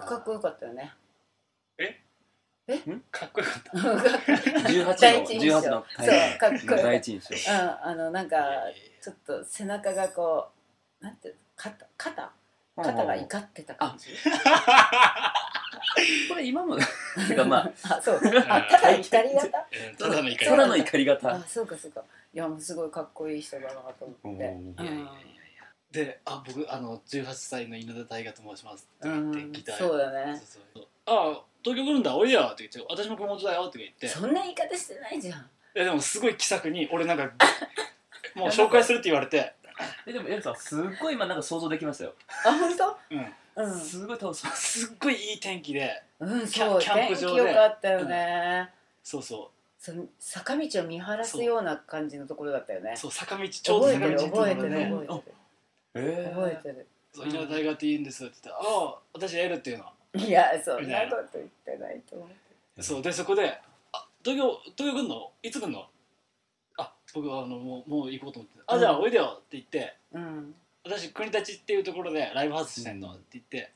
[SPEAKER 2] かっこよかったよね。
[SPEAKER 4] かっこよかった
[SPEAKER 1] 18の
[SPEAKER 2] 第一印象
[SPEAKER 1] 18の
[SPEAKER 2] そうかっこよかった
[SPEAKER 1] 第一印象
[SPEAKER 2] うん、あのなんか
[SPEAKER 4] いやいや
[SPEAKER 2] ちょっと背中がこうなんていうの肩肩肩が怒ってた感じ。
[SPEAKER 1] こ
[SPEAKER 5] <laughs>
[SPEAKER 1] れ今もてかまあ
[SPEAKER 2] あそう。あただ怒り型。
[SPEAKER 4] うんただの怒り
[SPEAKER 2] り
[SPEAKER 1] 空の怒り
[SPEAKER 2] あ
[SPEAKER 1] 方
[SPEAKER 2] そうかそうかいやもうすごいかっこいい人だなと思って
[SPEAKER 1] お
[SPEAKER 4] いやいやいやいやで「あ僕あの18歳の稲田大我と申します」って
[SPEAKER 2] う
[SPEAKER 4] 言
[SPEAKER 2] ん
[SPEAKER 4] ってギター
[SPEAKER 2] そうだね
[SPEAKER 4] そうそうあ東京来るんだおいでよ」って言って「私も熊本だよ」って言って
[SPEAKER 2] そんな言い方してないじゃん
[SPEAKER 4] いやでもすごい気さくに俺な
[SPEAKER 2] <laughs>
[SPEAKER 4] んかもう紹介するって言われて
[SPEAKER 1] えでもエルさんすっごい今なんか想像できましたよ
[SPEAKER 2] あ本
[SPEAKER 4] うん
[SPEAKER 2] 当
[SPEAKER 1] すごい楽しそう
[SPEAKER 4] すっごいいい天気で
[SPEAKER 2] うんうん
[SPEAKER 4] キ
[SPEAKER 2] そ
[SPEAKER 4] ャ
[SPEAKER 2] う
[SPEAKER 4] キャン
[SPEAKER 2] 天
[SPEAKER 4] プ
[SPEAKER 2] 気
[SPEAKER 4] 場で
[SPEAKER 2] 良かったよね
[SPEAKER 4] そうそ
[SPEAKER 2] その坂道を見晴らすような感じのところだったよね
[SPEAKER 4] うそう坂道ちょうど
[SPEAKER 2] 覚え
[SPEAKER 4] 坂
[SPEAKER 2] て
[SPEAKER 4] 道
[SPEAKER 2] る
[SPEAKER 4] 行っ
[SPEAKER 2] 覚え
[SPEAKER 4] てと
[SPEAKER 2] て
[SPEAKER 4] ころ
[SPEAKER 2] る覚えて
[SPEAKER 4] で
[SPEAKER 2] る
[SPEAKER 1] え
[SPEAKER 2] 覚えてる
[SPEAKER 4] 「そう稲田大我って言うんです」って言って「ああ私 L っていうの」
[SPEAKER 2] いやそんなこと言ってないと思う
[SPEAKER 4] そうでそこで「あ東京東京来んのいつ来んの?」あ僕はあのもうもう行こうと思って「あじゃあおいでよ」って言って
[SPEAKER 2] うん
[SPEAKER 4] 私国立っていうところでライブハウスしてんのって言って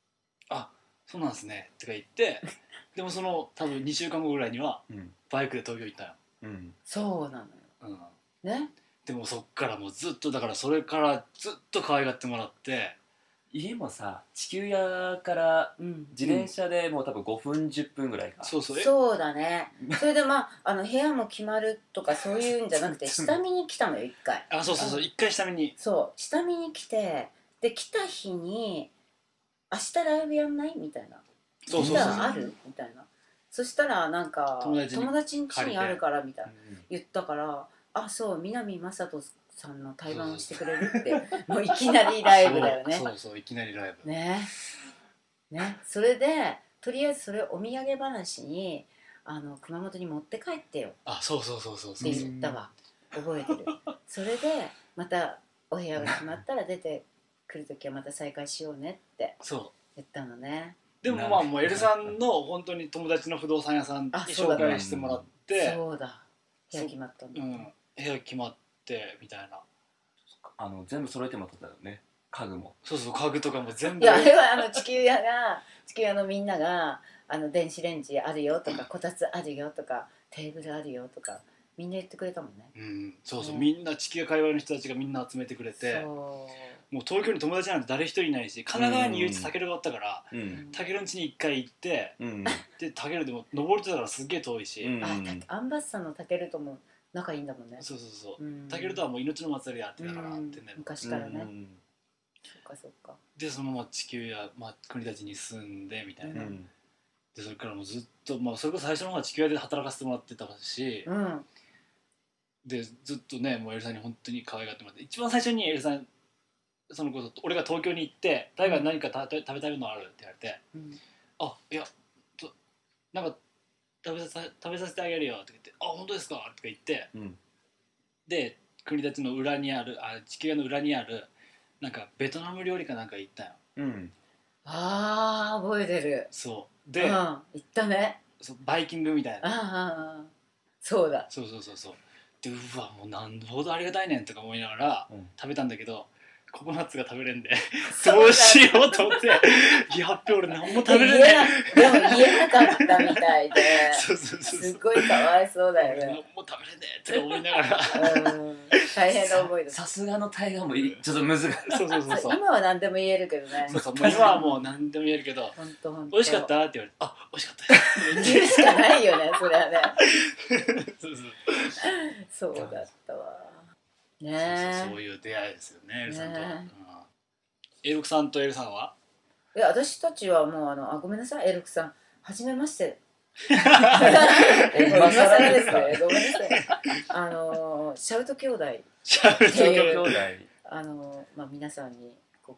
[SPEAKER 4] 「あそうなんですね」とか言って <laughs> でもその多分2週間後ぐらいには
[SPEAKER 1] うん
[SPEAKER 4] バイクで東京行ったよ、
[SPEAKER 1] うん
[SPEAKER 2] そうなのよ
[SPEAKER 4] うん、
[SPEAKER 2] ね
[SPEAKER 4] でもそっからもうずっとだからそれからずっと可愛がってもらって
[SPEAKER 1] 家もさ地球屋から
[SPEAKER 2] うん
[SPEAKER 1] 自転車でもう多分5分10分ぐらいか
[SPEAKER 4] そうそうえ
[SPEAKER 2] そうだねそれでまああの部屋も決まるとかそういうんじゃなくて下見に来たのよ一回
[SPEAKER 4] あそうそうそう一回下見に
[SPEAKER 2] そう下見に来てで来た日に「明日ライブやんない?」みたいな「
[SPEAKER 4] そう
[SPEAKER 2] ギ
[SPEAKER 4] そう
[SPEAKER 2] タ
[SPEAKER 4] そう
[SPEAKER 2] ーある?」みたいなそしたらなんか
[SPEAKER 4] 友達に
[SPEAKER 2] ん家にあるからみたいな
[SPEAKER 1] うん
[SPEAKER 2] 言ったから「あそう南雅人さんの対バンをしてくれる」
[SPEAKER 4] <laughs>
[SPEAKER 2] ってもういきなりライブだよね
[SPEAKER 4] そう。そうそういきなりライブ、
[SPEAKER 2] ねねそれでとりあえずそれをお土産話にあの熊本に持って帰ってよ
[SPEAKER 4] あそうそうそうそう
[SPEAKER 2] っ
[SPEAKER 4] そ
[SPEAKER 2] て
[SPEAKER 4] う
[SPEAKER 2] 言ったわ覚えてるそれでまたお部屋が決まったら出て来る時はまた再会しようねって
[SPEAKER 4] そう
[SPEAKER 2] 言ったのね
[SPEAKER 4] でもまあもうエルさんの本当に友達の不動産屋さんに
[SPEAKER 2] あそうだ
[SPEAKER 4] 紹介してもらって
[SPEAKER 2] そうだ部屋決まったん
[SPEAKER 4] う
[SPEAKER 2] だ、
[SPEAKER 4] ん部屋決まってみたいな
[SPEAKER 1] あの全部揃えてもらったんだよね家具も
[SPEAKER 4] そうそう家具とかも全
[SPEAKER 2] い
[SPEAKER 4] 部
[SPEAKER 2] やあれはあの地球屋が地球屋のみんながあの電子レンジあるよとかこたつあるよとかテーブルあるよとかみんな言ってくれたもんね
[SPEAKER 4] うんそうそう
[SPEAKER 2] ね
[SPEAKER 4] みんな地球界隈の人たちがみんな集めてくれて
[SPEAKER 2] そ
[SPEAKER 4] もう東京に友達なんて誰一人いないし神奈川に唯一タケルがあったから
[SPEAKER 1] う
[SPEAKER 2] う、うん
[SPEAKER 1] ん
[SPEAKER 4] タケルの家に一回行って
[SPEAKER 1] うん
[SPEAKER 4] でタケルでも登れてたからすっげえ遠いし、
[SPEAKER 1] うん
[SPEAKER 2] <laughs> あたアンバスさんのタケルとも仲いいんだもんね
[SPEAKER 4] そうそうそう、
[SPEAKER 2] うん
[SPEAKER 4] タケルとはもう命の祭りやってたから
[SPEAKER 2] うん
[SPEAKER 4] ってね、
[SPEAKER 2] 昔からね、
[SPEAKER 1] うん
[SPEAKER 2] そっかそっか
[SPEAKER 4] でそのまま地球や、まあ、国立に住んでみたいな、
[SPEAKER 1] う
[SPEAKER 2] うん
[SPEAKER 4] でそれからもうずっと、まあ、それこそ最初の方は地球屋で働かせてもらってたし、
[SPEAKER 2] うん
[SPEAKER 4] でずっとねもうエルさんに本当に可愛がってもらって一番最初にエルさんそのこそ俺が東京に行って「大河何かた食べたいものある?」って言われて
[SPEAKER 2] うん
[SPEAKER 4] 「あいやとなんか食べさせ食べさせてあげるよ」って言って「あ本当ですか?」とか言って
[SPEAKER 1] うん
[SPEAKER 4] で国立の裏にあるあ地球屋の裏にあるなんかベトナム料理かなんか行ったよ
[SPEAKER 1] うん
[SPEAKER 2] ああ覚えてる
[SPEAKER 4] そ
[SPEAKER 2] う
[SPEAKER 4] う
[SPEAKER 2] ん
[SPEAKER 4] で、
[SPEAKER 2] 行ったね
[SPEAKER 4] そうバイキングみたい
[SPEAKER 2] あ
[SPEAKER 4] な
[SPEAKER 2] あそうだ
[SPEAKER 4] そうそうそうそうでうわもうなんほどありがたいねんとか思いながら
[SPEAKER 1] うん
[SPEAKER 4] 食べたんだけどココナッツが食べれん <laughs> でどうしようと思って「やっべ俺何も食べれない」
[SPEAKER 2] 言えなでも言えなかったみたいで
[SPEAKER 4] <laughs> そうそうそうそ
[SPEAKER 2] す
[SPEAKER 4] う
[SPEAKER 2] ごいかわいそうだ
[SPEAKER 4] 俺
[SPEAKER 2] よ
[SPEAKER 4] 何
[SPEAKER 2] ね
[SPEAKER 4] も食べれねえとか思いながら
[SPEAKER 2] うん大変な思いだ
[SPEAKER 1] さすがの大河もいちょっと難しい
[SPEAKER 4] <laughs> そうそうそうそう
[SPEAKER 2] 今は何でも言えるけどね
[SPEAKER 4] そうそうもう今はもう何でも言えるけど
[SPEAKER 2] 本当本
[SPEAKER 4] 「
[SPEAKER 2] 当
[SPEAKER 4] 美味しかった?」って言われて「あ美味しかったです
[SPEAKER 2] 言うしかないよねそれはね」
[SPEAKER 4] そうそうそう
[SPEAKER 2] そうだったわ
[SPEAKER 4] そうそ
[SPEAKER 2] ね
[SPEAKER 4] ういう出会いですよねエルさんとは、
[SPEAKER 2] ね
[SPEAKER 4] うんエルクさんとエルさんは
[SPEAKER 2] えいや私たちはもうあのあごめんなさいエルクさん初めまして
[SPEAKER 1] え
[SPEAKER 2] 今更です
[SPEAKER 1] か
[SPEAKER 2] ね。ごめんなさい。あのシャウト兄弟、
[SPEAKER 4] シャウト
[SPEAKER 1] 東京
[SPEAKER 4] 兄
[SPEAKER 1] 兄
[SPEAKER 4] 弟
[SPEAKER 1] 弟
[SPEAKER 2] あのまあ皆さんにこ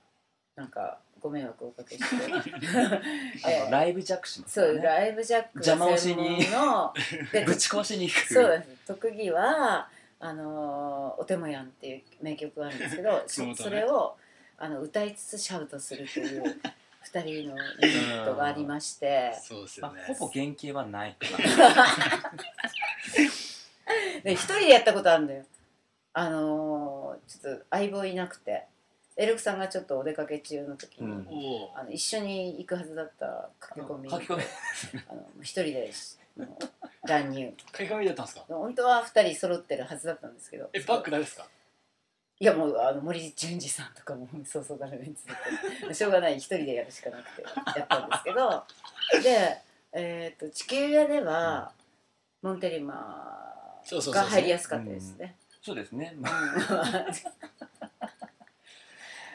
[SPEAKER 2] うなんかご迷惑をおかけして、
[SPEAKER 4] <laughs>
[SPEAKER 2] え
[SPEAKER 1] あ
[SPEAKER 2] え
[SPEAKER 1] のライブジャックしますか
[SPEAKER 2] そ
[SPEAKER 1] ら
[SPEAKER 2] う
[SPEAKER 1] ね
[SPEAKER 2] ライブジャック
[SPEAKER 1] 邪魔をしに
[SPEAKER 2] 専門ので
[SPEAKER 1] ぶち壊しに行く
[SPEAKER 2] そうなんです。特技はあのおてもやんっていう名曲があるんですけど、
[SPEAKER 4] そうだね
[SPEAKER 2] そそれをあの歌いつつシャウトするという二人のユニットがありまして、
[SPEAKER 4] そうです
[SPEAKER 1] ま
[SPEAKER 4] よね、
[SPEAKER 1] あほぼ原型はない
[SPEAKER 2] <laughs>
[SPEAKER 1] か
[SPEAKER 2] で一人でやったことあるんだよあのーちょっと相棒いなくてエルクさんがちょっとお出かけ中の時に、
[SPEAKER 1] うん
[SPEAKER 4] おお
[SPEAKER 2] あの一緒に行くはずだった駆け込み
[SPEAKER 1] な書き込み
[SPEAKER 2] あの一人であの乱入
[SPEAKER 4] 書き込みだったんですか
[SPEAKER 2] 本当は二人揃ってるはずだったんですけど
[SPEAKER 4] えバック誰ですか
[SPEAKER 2] いやもうあの森淳二さんとかもそうそうだるメンツだったしょうがない一人でやるしかなくてやったんですけどで、えー、と地球屋では、モンテリマ
[SPEAKER 4] そうそうそうそ
[SPEAKER 2] が
[SPEAKER 4] う
[SPEAKER 2] 入りやすかったですね。
[SPEAKER 1] そうですねまああ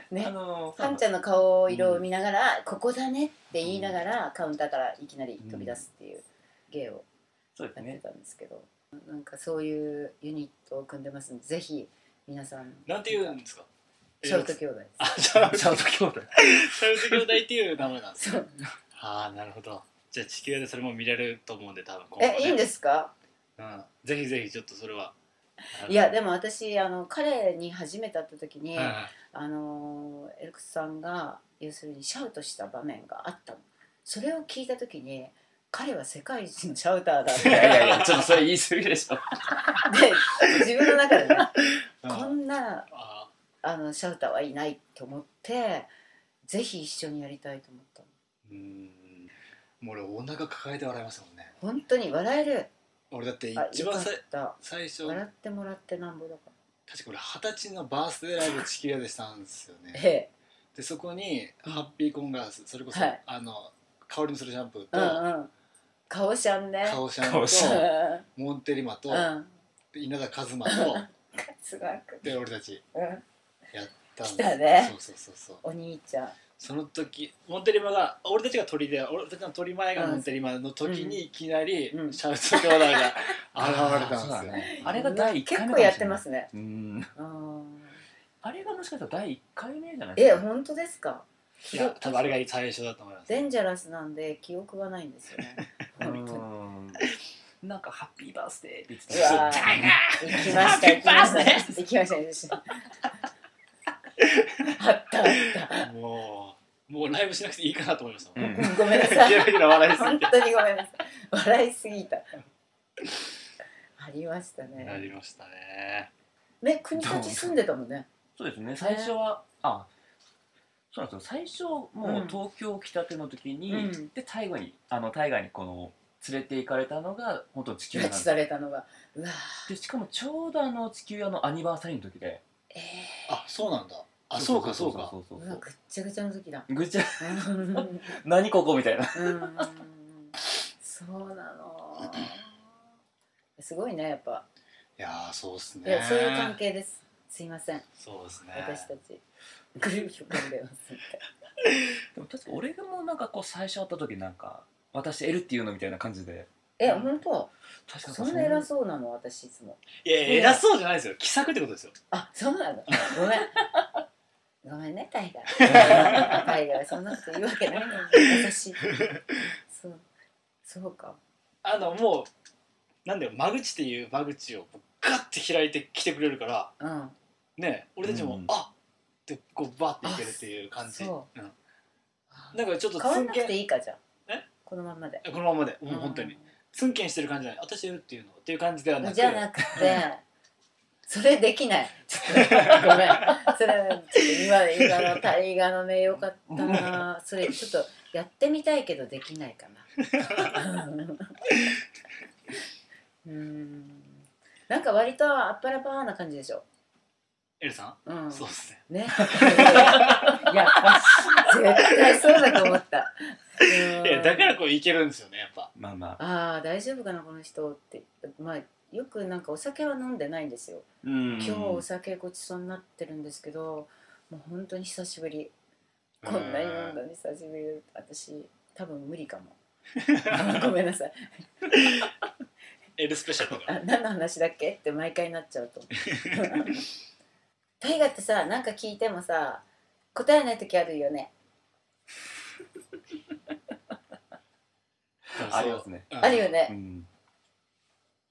[SPEAKER 2] <laughs> ね、
[SPEAKER 1] の
[SPEAKER 2] カンちゃんの顔色を見ながら、ここだねって言いながら、カウンターからいきなり飛び出すっていう芸を
[SPEAKER 1] そうです
[SPEAKER 2] やって
[SPEAKER 1] ね
[SPEAKER 2] たんですけど、なんかそういうユニットを組んでますのでぜひ皆さん
[SPEAKER 4] なんて言うんですか
[SPEAKER 2] ショート兄弟で
[SPEAKER 4] あシャウト
[SPEAKER 1] ちゃんと兄弟
[SPEAKER 4] シャウト兄弟っていう名前なんです
[SPEAKER 2] す
[SPEAKER 4] か
[SPEAKER 2] そう
[SPEAKER 4] ああなるほどじゃあ地球屋でそれも見れると思うんで多分今後ね
[SPEAKER 2] えいいんですか
[SPEAKER 4] うん、ぜひぜひちょっとそれは。あの
[SPEAKER 2] いやでも私あの彼に初めて会った時に、
[SPEAKER 4] はい
[SPEAKER 2] あのエルクスさんが要するにシャウトした場面があったのそれを聞いた時に彼は世界一のシャウターだっ
[SPEAKER 4] <laughs>
[SPEAKER 1] いやい
[SPEAKER 2] て
[SPEAKER 1] やいやちょっとそれ言い過ぎでしょ
[SPEAKER 2] で自分の中でね
[SPEAKER 4] はい
[SPEAKER 2] こんな
[SPEAKER 4] あ
[SPEAKER 2] あのシャウターはいないと思ってぜひ一緒にやりたいと思ったの
[SPEAKER 4] うん。もう俺お腹抱えて笑いましたもんね。
[SPEAKER 2] 本当に笑える
[SPEAKER 4] 俺だって
[SPEAKER 2] あ
[SPEAKER 4] 一
[SPEAKER 2] よか
[SPEAKER 4] 番
[SPEAKER 2] っ
[SPEAKER 4] さ
[SPEAKER 2] た
[SPEAKER 4] 最初確
[SPEAKER 2] 笑
[SPEAKER 4] か
[SPEAKER 2] ってもらってなんぼだか
[SPEAKER 4] 俺二十歳のバースデーライブ地球屋でしたんですよ
[SPEAKER 2] ら
[SPEAKER 4] ね。
[SPEAKER 2] え
[SPEAKER 4] でそこにハッピーコンガースそれこそ、
[SPEAKER 2] はい
[SPEAKER 4] あの香りのするシャンプー
[SPEAKER 2] え
[SPEAKER 4] と、
[SPEAKER 2] うんうん顔シャンね
[SPEAKER 4] カオシャン
[SPEAKER 1] 顔シ
[SPEAKER 4] と
[SPEAKER 2] う
[SPEAKER 4] モンテリマと、
[SPEAKER 2] んうん
[SPEAKER 4] 稲田和馬と
[SPEAKER 2] すごく
[SPEAKER 4] で俺たち
[SPEAKER 2] うん
[SPEAKER 4] やったんです。
[SPEAKER 2] <laughs> 来たね
[SPEAKER 4] そうそうそうそう。
[SPEAKER 2] お兄ちゃん
[SPEAKER 4] その時モンテリマが俺たちが鳥で俺たちの鳥前がモンテリマの時にいきなりシ
[SPEAKER 2] うんうん
[SPEAKER 4] ャウト兄弟 <laughs> が現れたんで
[SPEAKER 1] あ
[SPEAKER 4] す
[SPEAKER 1] そう
[SPEAKER 4] よ、
[SPEAKER 1] だねあれが第一回目かも
[SPEAKER 2] 結構
[SPEAKER 1] しれな
[SPEAKER 2] や
[SPEAKER 1] い
[SPEAKER 2] ってますね
[SPEAKER 1] うん
[SPEAKER 2] うん
[SPEAKER 1] あれがもしかしたら第一回目じゃない
[SPEAKER 2] え
[SPEAKER 1] ですか
[SPEAKER 2] 本当ですか
[SPEAKER 4] いや多分あれが最初だと思います
[SPEAKER 2] デンジャラスなんで記憶がないんですよね本当に
[SPEAKER 1] うんなんかハッピーバースデーって言ってた
[SPEAKER 2] うわー
[SPEAKER 1] <laughs>
[SPEAKER 2] 行きました行きました行きました行きましたハッったあった
[SPEAKER 4] もうもうライブしなくていいかなと思いました <laughs> もん、
[SPEAKER 1] ん
[SPEAKER 2] ごめんなさい
[SPEAKER 4] ゲラゲラ笑いすぎ
[SPEAKER 2] 本
[SPEAKER 4] て
[SPEAKER 2] 当にごめんなさい笑いすぎたありました
[SPEAKER 4] な
[SPEAKER 2] ね
[SPEAKER 4] りましたね
[SPEAKER 2] ね国立住んでたもんね
[SPEAKER 1] そうですね最初は、あそうなんですよ最初も
[SPEAKER 2] うん
[SPEAKER 1] う東京来たての時に、
[SPEAKER 2] うん
[SPEAKER 1] でタイガにあのタイガにこの連れて行かれたのが本当地球
[SPEAKER 2] 拉
[SPEAKER 1] 屋なん
[SPEAKER 2] 致
[SPEAKER 1] です
[SPEAKER 2] されたのがうわ
[SPEAKER 1] でしかもちょうどあの地球屋のアニバーサリーの時で
[SPEAKER 2] え
[SPEAKER 4] あそうなんだあそうかそうか
[SPEAKER 1] そうそ
[SPEAKER 2] ー
[SPEAKER 1] う
[SPEAKER 2] う
[SPEAKER 1] そ
[SPEAKER 2] わ
[SPEAKER 1] う
[SPEAKER 2] ぐっちゃぐちゃの時だ
[SPEAKER 1] ぐちゃ
[SPEAKER 2] うん
[SPEAKER 1] 何ここみたいな
[SPEAKER 2] うんそうなのすごいねやっぱ
[SPEAKER 4] いやーそうっす
[SPEAKER 2] い
[SPEAKER 4] ね
[SPEAKER 2] やそういう関係ですすいません
[SPEAKER 4] そうですね
[SPEAKER 2] 私たちグループ組んでますみたい
[SPEAKER 1] でも確か俺がもうなんかこう最初会った時なんか私 L っていうのみたいな感じで
[SPEAKER 2] え本当
[SPEAKER 1] 確
[SPEAKER 2] そんな偉
[SPEAKER 1] そ
[SPEAKER 2] そうなの私いつも
[SPEAKER 4] いやいや偉そうじゃないですよ気さくってことですよ
[SPEAKER 2] あそうなのごめんごめんねタイ
[SPEAKER 4] <laughs>
[SPEAKER 2] ガータイガーそんなこと言うわけないのに優しいそうそうか
[SPEAKER 4] あのもうなんだよ間口っていう間口をガッて開いて来てくれるから
[SPEAKER 2] うん
[SPEAKER 4] ね俺たちも、
[SPEAKER 1] うん
[SPEAKER 4] あってこうバッていけるっていう感じ
[SPEAKER 2] あそ
[SPEAKER 4] ん、なんかちょっと
[SPEAKER 2] 変わ
[SPEAKER 4] ツ
[SPEAKER 2] ん
[SPEAKER 4] ン
[SPEAKER 2] な
[SPEAKER 4] ケ
[SPEAKER 2] くて
[SPEAKER 4] ン
[SPEAKER 2] いいかじゃあ
[SPEAKER 4] え
[SPEAKER 2] このまんまで
[SPEAKER 4] このままでもう本当
[SPEAKER 2] う
[SPEAKER 4] に
[SPEAKER 2] ん
[SPEAKER 4] ツンケンしてる感じじゃない私やるっていうのっていう感じではなく
[SPEAKER 2] じゃなくてそれできないちょっとごめんそれちょっと今今の大河の目よかったなそれちょっとやってみたいけどできないか
[SPEAKER 4] <laughs>
[SPEAKER 2] なうんなんか割とあっぱらばーな感じでしょ、
[SPEAKER 4] エルさ
[SPEAKER 2] うん
[SPEAKER 4] ん、そうですね
[SPEAKER 2] ね <laughs> いや絶対そうだと思ったうん
[SPEAKER 4] いやだからこういけるんですよねやっぱ
[SPEAKER 1] まあまあ
[SPEAKER 2] ああ大丈夫かなこの人ってまあよくなんかお酒は飲んでないんですよ
[SPEAKER 1] うん
[SPEAKER 2] 今日お酒ごちそうになってるんですけどもう本当に久しぶりこんなに飲んだの久しぶり私多分無理かも <laughs> あごめんなさい
[SPEAKER 4] エルスペシャルだから
[SPEAKER 2] あ何の話だっけって毎回なっちゃうと思
[SPEAKER 4] <laughs>
[SPEAKER 2] う大河ってさなんか聞いてもさ答えない時あるよね
[SPEAKER 1] ありますね
[SPEAKER 4] うん
[SPEAKER 2] あるよね、
[SPEAKER 1] うん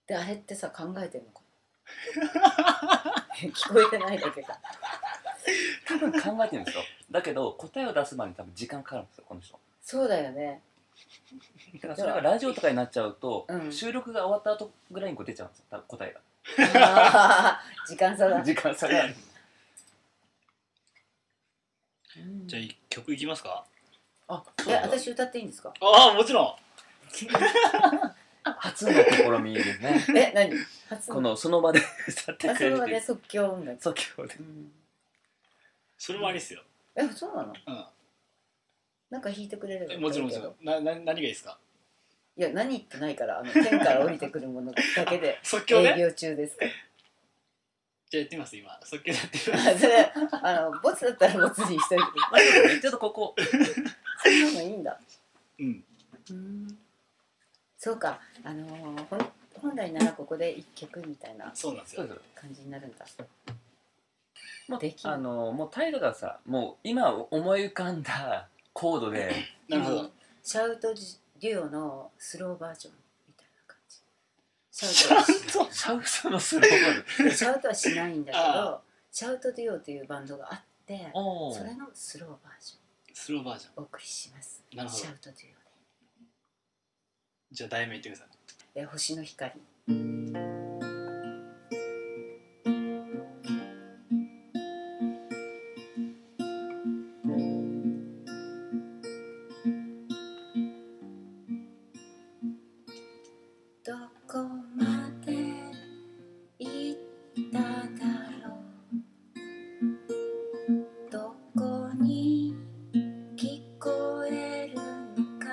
[SPEAKER 2] であれってさ考えてんのか <laughs> な聞こえてないだけか
[SPEAKER 1] 多分考えてるんですよだけど答えを出すまでに多分時間かかるんですよこの人
[SPEAKER 2] そうだよね
[SPEAKER 4] <laughs>
[SPEAKER 1] だからそれがラジオとかになっちゃうと、
[SPEAKER 2] うん
[SPEAKER 1] 収録が終わった後ぐらいにこう出ちゃうんですよ多分答え
[SPEAKER 2] あー時間差だ
[SPEAKER 1] が時間差がある
[SPEAKER 2] うん
[SPEAKER 4] じゃあい曲いきますか
[SPEAKER 2] あえ私歌っていいんです
[SPEAKER 4] <laughs>
[SPEAKER 2] か
[SPEAKER 4] ああもちろん
[SPEAKER 1] 初の試みですね
[SPEAKER 2] え何初
[SPEAKER 1] このその場で <laughs> 歌って
[SPEAKER 2] あ
[SPEAKER 1] く
[SPEAKER 2] そ
[SPEAKER 1] れ
[SPEAKER 2] れ
[SPEAKER 1] る
[SPEAKER 2] は
[SPEAKER 1] とい
[SPEAKER 2] ね
[SPEAKER 1] う
[SPEAKER 2] 即興音楽、
[SPEAKER 1] 即興で
[SPEAKER 2] うん、
[SPEAKER 4] それもありですよ、
[SPEAKER 2] えそうなの
[SPEAKER 4] うん
[SPEAKER 2] なんか弾いてくれれば
[SPEAKER 4] えもちろんもちろんなな何がいいですか
[SPEAKER 2] いや何言ってないからあの天から降りてくるものだけ
[SPEAKER 4] <laughs>
[SPEAKER 2] で
[SPEAKER 4] 即興
[SPEAKER 2] 営
[SPEAKER 4] ね
[SPEAKER 2] 業中ですから <laughs>
[SPEAKER 4] じゃあやってみます今即興でやってみます
[SPEAKER 2] あそれあのボツだったらボツにしといて
[SPEAKER 1] まあちょっとねちょっとここ
[SPEAKER 2] そんなのいいんだ
[SPEAKER 4] うん
[SPEAKER 2] うんそうかあのーほん本来ならここで一曲みたいな
[SPEAKER 4] そうなんです
[SPEAKER 1] そう
[SPEAKER 4] よ
[SPEAKER 1] です
[SPEAKER 2] 感じになるんだ
[SPEAKER 1] もう
[SPEAKER 2] できる
[SPEAKER 1] あのもう態度がさもう今思い浮かんだコード
[SPEAKER 2] <laughs>
[SPEAKER 1] で
[SPEAKER 4] なるほ
[SPEAKER 2] う
[SPEAKER 4] ど
[SPEAKER 2] んシャウトデュオのスローバージョンみたいな感じシ
[SPEAKER 4] シ
[SPEAKER 2] ャウトは
[SPEAKER 4] <laughs> ャウト
[SPEAKER 1] シャウソのスローボール
[SPEAKER 2] シャウトはしないんだけど
[SPEAKER 4] あ
[SPEAKER 2] シャウトデュオというバンドがあって
[SPEAKER 1] おお
[SPEAKER 2] それのスローバージョン
[SPEAKER 4] スローバージョン
[SPEAKER 2] お送りします
[SPEAKER 4] なるほど
[SPEAKER 2] シャウトデュオで
[SPEAKER 4] じゃあ題名言ってください
[SPEAKER 2] えー星の光どこまで行っただろうどこに聞こえるのか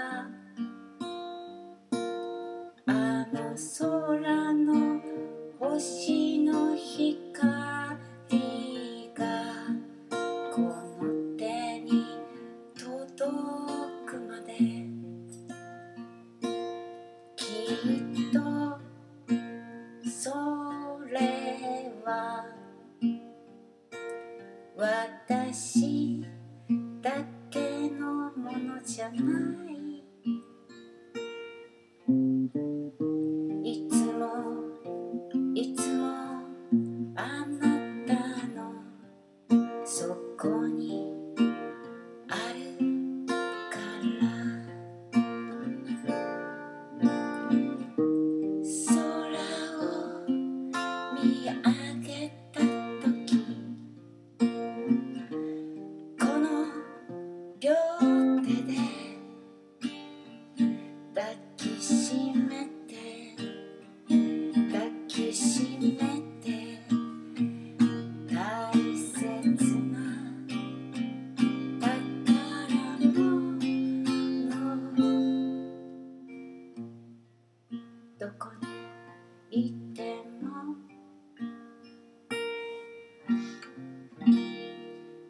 [SPEAKER 2] あの空の星の光がこの手に届くまできっとそれは私だけのものじゃないいつもいつもあなたのそこに両手で抱きしめて抱きしめて大切な宝物どこにいても